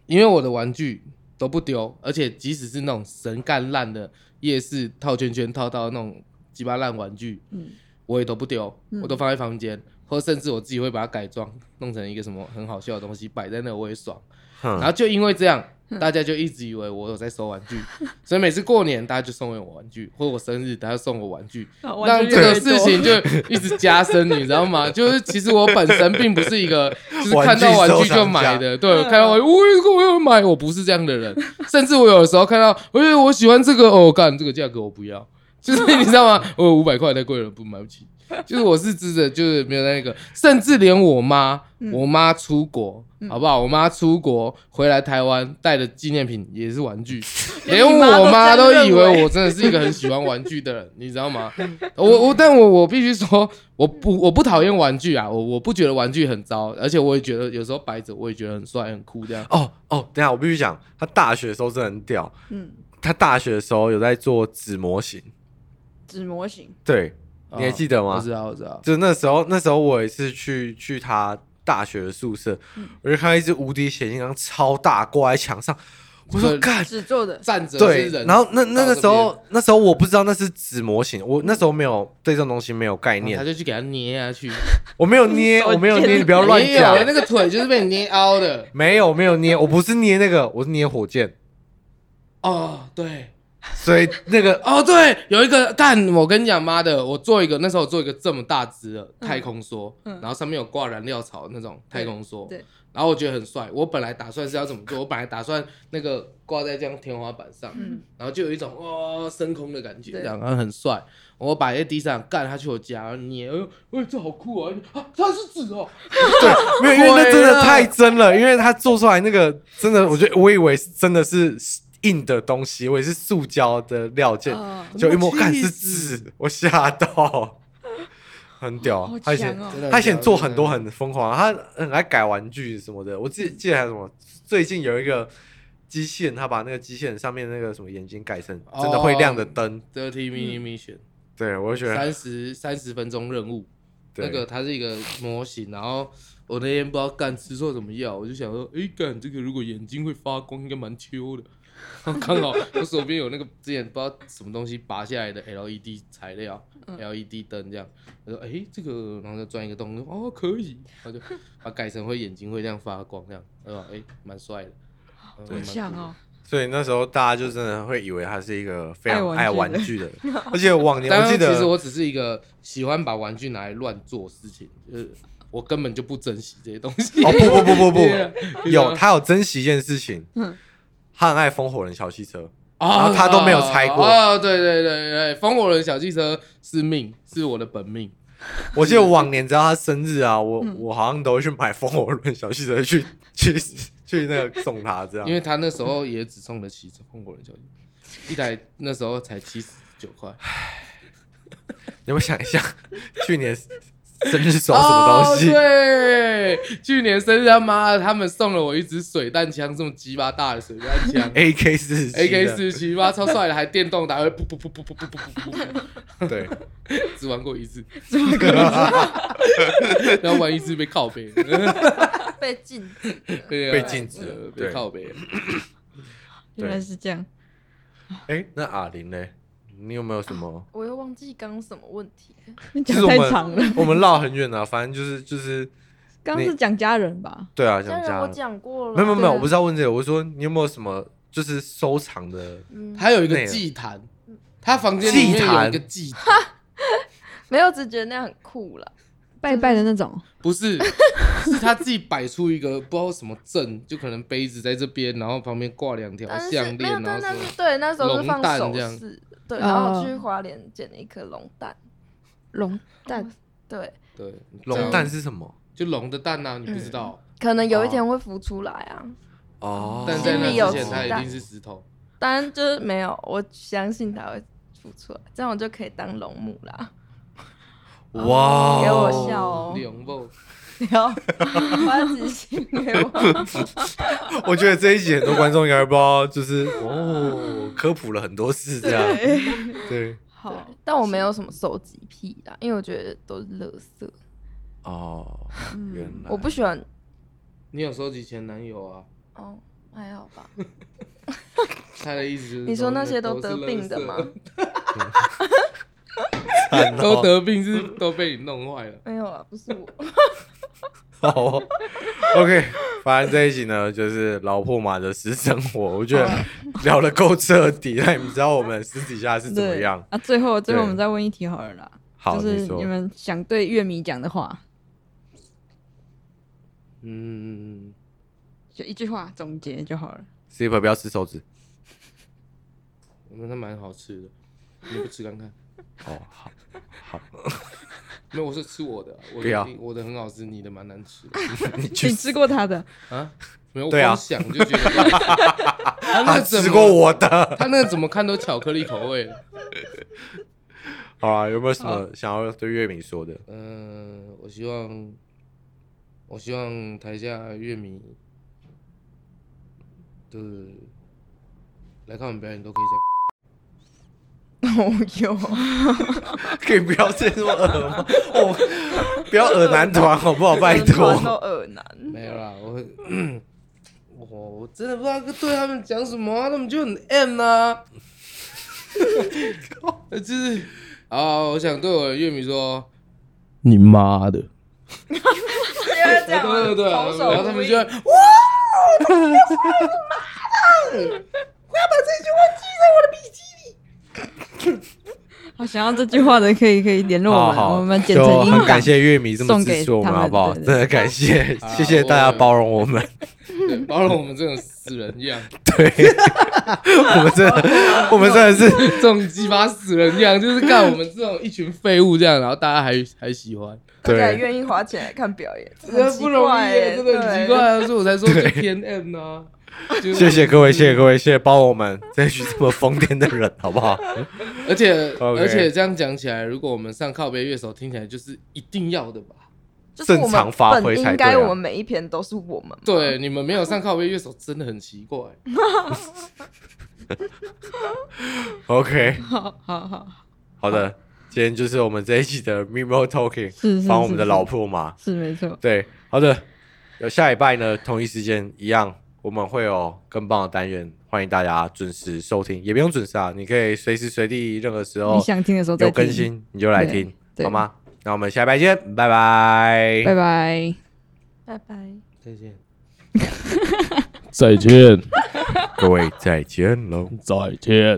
S4: 因为我的玩具都不丢，而且即使是那种神干烂的夜市套圈圈套到那种鸡巴烂玩具，
S2: 嗯
S4: 我也都不丢，
S2: 嗯
S4: 我都放在房间，或甚至我自己会把它改装，弄成一个什么很好笑的东西摆在那，我也爽。然
S3: 哼
S4: 后就因为这样，大家就一直以为我有在收玩具，所以每次过年大家就送我玩具，或我生日大家送我玩具，让这个事情就一直加深，你知道 吗？就是其实我本身并不是一个就是看到玩具就买的，对，我看到玩具，我有我有买，我不是这样的 人，甚至我有的时候看到，哎，我喜欢这个，哦，干这个价格我不要。就是你知道吗？我五百块太贵了，不买不起。就是我是指着，就是没有那个，甚至连我妈，我妈出国，好不好？我妈出国回来台湾带的纪念品也是玩具，连我妈都以为我真的是一个很喜欢玩具的人，你知道吗？ 我我，但我我必须说，我不我不讨厌玩具啊，我我不觉得玩具很糟，而且我也觉得有时候摆着我也觉得很帅很酷这样。
S3: 哦哦，等一下我必须讲，他大学的时候真的很屌，
S2: 嗯，
S3: 他大学的时候有在做纸模型，
S2: 纸模型，
S3: 对，你还
S4: 哦
S3: 记得吗
S4: 我知道我知道，
S3: 就那时候，那时候我也是去去他大学的宿舍，
S4: 嗯
S3: 我就看到一只无敌铁金刚超大挂在墙上，我说
S4: 对
S3: 干。
S2: 纸做的，
S4: 站着
S3: 对
S4: 是，人，
S3: 然后那那
S4: 到
S3: 个
S4: 这
S3: 时候，那时候我不知道那是纸模型，我那时候没有对这种东西没有概
S4: 边。然
S3: 念
S4: 后他，就去给他捏下去，
S3: 我没有捏，我没有捏，你不要乱
S4: 没
S3: 讲
S4: 有，那个腿就是被你捏凹的。
S3: 没有没有捏，我不是捏那个，我是捏火箭，
S4: 哦，对，
S3: 所以那 个
S4: 哦对，有一个干，我跟你讲，妈的，我做一个，那时候我做一个这么大只的太空梭，
S2: 嗯
S4: 然后上面有挂燃料槽那种太空梭，
S2: 对对
S4: 然后我觉得很帅，我本来打算是要怎么做，我本来打算那个挂在这样天花板上，
S2: 嗯
S4: 然后就有一种哦升空的感觉，
S2: 对
S4: 这样然后很帅。我摆在地上，干他去我家，然后捏，哎呦，哎，这好酷啊！啊，它是纸哦，
S3: 对，没有，因为
S4: 毁
S3: 那真的
S4: 了
S3: 太真
S4: 啊
S3: 了，因为它做出来那个真的，我觉得我以为是真的是硬的东西，我也是塑胶的料件，
S2: 哦
S3: 就一摸
S4: 气
S3: 看是
S4: 死
S3: 纸，我吓到，很屌啊
S2: 好！
S3: 他以前
S2: 强哦
S4: 真的很
S3: 他以前
S4: 屌
S3: 做很多
S4: 真的
S3: 很疯狂啊，他很爱改玩具什么的。我记记得还有什么，最近有一个机器人，他把那个机器人上面那个什么眼睛改成真的会亮的灯。
S4: dirty mini mission，
S3: 对，我就觉得
S4: 三十三十分钟任务，
S3: 对
S4: 那个它是一个模型，然后我那天不知道干吃错什么药，我就想说，诶，干这个如果眼睛会发光，应该蛮秋的。然后刚好我手边有那个之前不知道什么东西拔下来的 LED 材料、l
S3: 嗯
S4: e d 灯这样，我说诶，这个，然后就钻一个洞，哦可以，然后就把它改成会眼睛会这样发光这样，对吧？诶，蛮帅的，嗯
S3: 对
S4: 蛮酷的
S2: 像哦，
S3: 所以那时候大家就真的会以为他是一个非常爱
S2: 爱
S3: 玩
S2: 玩
S3: 具的人，而且往年我
S4: 但
S3: 记得
S4: 其实我只是一个喜欢把玩具拿来乱做事情，就是我根本就不珍惜这些东西。
S3: 哦不不不不不，
S4: 对
S3: 有他有珍惜一件事情
S2: 嗯，
S3: 他很爱风火轮小汽车，然
S4: 啊
S3: 后他都没有拆过
S4: 哦，对对对对，风火轮小汽车是命，是我的本命。
S3: 我记得往年只要他生日啊，我、
S5: 嗯
S3: 我好像都会去买风火轮小汽车去 去去那个送他这样
S4: 因。为他那时候也只送得起凤果人小姐，一台那时候才七十九块，
S3: 你们想一下， 去年生日送什么东西？
S4: 哦对，去年生日他妈的他们送了我一支水弹枪，这么鸡巴大的水弹枪
S3: AK 四
S4: ，AK 四七，妈超帅的，还电动打，还噗噗噗噗噗噗噗噗噗，
S3: 对，
S4: 只玩过一次，然后玩一次被靠背，
S5: 被禁止。
S4: 对啊
S3: 被禁止了
S4: 呃
S3: 对
S4: 被靠背。
S2: 原来是这样。
S3: 哎、那阿玲呢？你有没有什么？
S5: 我又忘记刚刚什么问题了，
S2: 你
S3: 其
S2: 讲
S3: 实我
S2: 太长了，
S3: 们我们绕很远啊，反正就是就是
S2: 刚刚是讲家人吧？
S3: 对啊，
S5: 家
S3: 想
S5: 人
S3: 家
S5: 我
S3: 人
S5: 讲过了。
S3: 没有没有没有，
S5: 对啊
S3: 我不是要问这个，我说你有没有什么就是收藏的？
S5: 嗯，
S4: 还有一
S3: 那
S4: 个
S3: 个
S4: 祭坛，他房间里面有一个祭坛，
S5: 没有，只觉得那样很酷了。
S2: 拜拜的那种，
S4: 不是，是他自己摆出一个不知道什么阵，就可能杯子在这边，然后旁边挂两条
S5: 但是
S4: 项
S5: 没有
S4: 链，，然
S5: 但
S4: 后
S5: 但
S4: 什
S5: 是
S4: 么。
S5: 对，那时候是放
S4: 龙蛋
S5: 首
S4: 这样
S5: 饰，对，然后
S2: 哦
S5: 去花莲捡了一颗龙蛋，
S2: 龙蛋
S5: 对，
S4: 对，
S3: 龙蛋是什么？
S4: 就龙的蛋呐，你不知道，
S5: 可能有一天会浮出来啊，
S3: 哦，
S4: 但在
S5: 心
S4: 那
S5: 里有
S4: 之前它
S5: 期
S4: 一
S5: 待
S4: 定是石头。
S5: 当然就是没有，我相信它会浮出来，这样我就可以当龙母啦。
S3: 哇，
S5: 给我笑哦，
S4: 龙肉，
S5: 不 要，我要自信给 我。
S3: 我觉得这一集很多观众应该不知道，就是哦，科普了很多事这样。对，
S2: 好，
S5: 哦但我没有什么收集癖啦，因为我觉得都是垃圾，
S3: 哦，原来
S5: 我不喜欢。
S4: 你有收集前男友啊？
S5: 哦，还好吧。
S4: 他的意思就是
S5: 你说那些
S4: 都
S5: 都得病的吗
S4: 是垃圾？
S3: 看
S4: 都
S3: 哦
S4: 得病是都被你弄坏了。
S5: 没有啊，不是我。
S3: 好哦 OK，反正这一集呢，就是老破马的私生活，我觉得 聊得够彻底，让你们知道我们私底下是怎么
S2: 对
S3: 样。
S2: 啊？最后最后
S3: 对
S2: 我们再问一题好了啦，
S3: 好，
S2: 就是
S3: 你说
S2: 你们想对乐迷讲的话，
S4: 嗯，
S2: 就一句话总结就好了。
S3: ，Super 不要吃手指
S4: 我们那蛮好吃的，你不吃看看？
S3: 哦。好，
S4: 没有，我是吃我的，我
S3: 不要
S4: 的一定我的很好吃，你的蛮难吃的。
S3: 你
S2: 你
S3: 去死
S2: 吃过他的？
S4: 啊，没有，我
S3: 对啊
S4: 光想 就觉得不好吃。他那
S3: 啊，
S4: 个怎么
S3: 吃过，我 的。
S4: 他那个怎么看都巧克力口味。
S3: 好啊，有没有什么想要对月明说的？
S4: 嗯、我希望，我希望台下乐迷，就是来看我们表演都可以讲。
S2: 哦有，
S3: 可以不要这么恶吗？ 哦，不要恶男团好不好？拜托。
S5: 都耳难。
S4: 没有啦，我会， 我我真的不知道对他们讲什么、啊，他们就很 M 啊。 就是啊，我想对我的乐迷说，你妈的！啊对对对，啊然后他们就会哇，
S2: 好，想要这句话的可以可以联络我
S3: 好
S2: 们，
S3: 好，
S2: 我们剪
S3: 就
S2: 成音
S3: 很
S2: 档。
S3: 感谢乐迷这么
S2: 送
S3: 支
S2: 给
S3: 持我
S2: 他
S3: 们，
S2: 们
S3: 好不好？
S2: 对
S3: 真
S2: 对对
S3: 的感谢，
S4: 好
S3: 谢谢大家
S4: 我
S3: 包容我 们。
S4: 对 包容我们这种死人样，
S3: 我们真 的，我们真的是，
S4: 这种鸡巴死人样，就是干我们这种一群废物这样，然后大家还还喜欢，
S5: 大家也
S3: 对
S5: 愿意花钱来看表演，真
S4: 真
S5: 的
S4: 的
S5: 很
S4: 不容易耶，
S5: 耶
S4: 真的很
S5: 对
S4: 奇。怪啊，所以我才说就偏 M 呢。就是
S3: 谢谢各位，谢谢各位，谢谢包容我们 这群这么疯癫的人，好不 好？
S4: 而且
S3: OK
S4: 而且这样讲起来，如果我们上靠背乐手，听起来就是一定要的吧？
S5: 就是我们
S3: 正常发挥
S5: 本
S3: 才对啊
S5: 应该我们每一篇都是我们嘛。
S4: 对，你们没有上靠背乐手真的很奇怪。
S3: OK，
S2: 好好好，
S3: 好的，今天就是我们这一期的 Mimo Talking，
S2: 是是
S3: 帮我们的
S2: 是
S3: 老婆嘛。
S2: 是没错。
S3: 对，好的，有下礼拜呢，同一时间一样，我们会有更棒的单元，欢迎大家准时收听，也不用准时啊，你可以随时随地任何时候
S2: 你想听的时候再
S3: 哦有
S2: 听
S3: 更，新你就来听，
S2: 对
S3: 好吗？那我们下礼拜见，拜拜，
S2: 拜拜。
S5: 拜拜。
S4: 再见，
S7: 再见，
S3: 各位再见喽。
S7: 再见。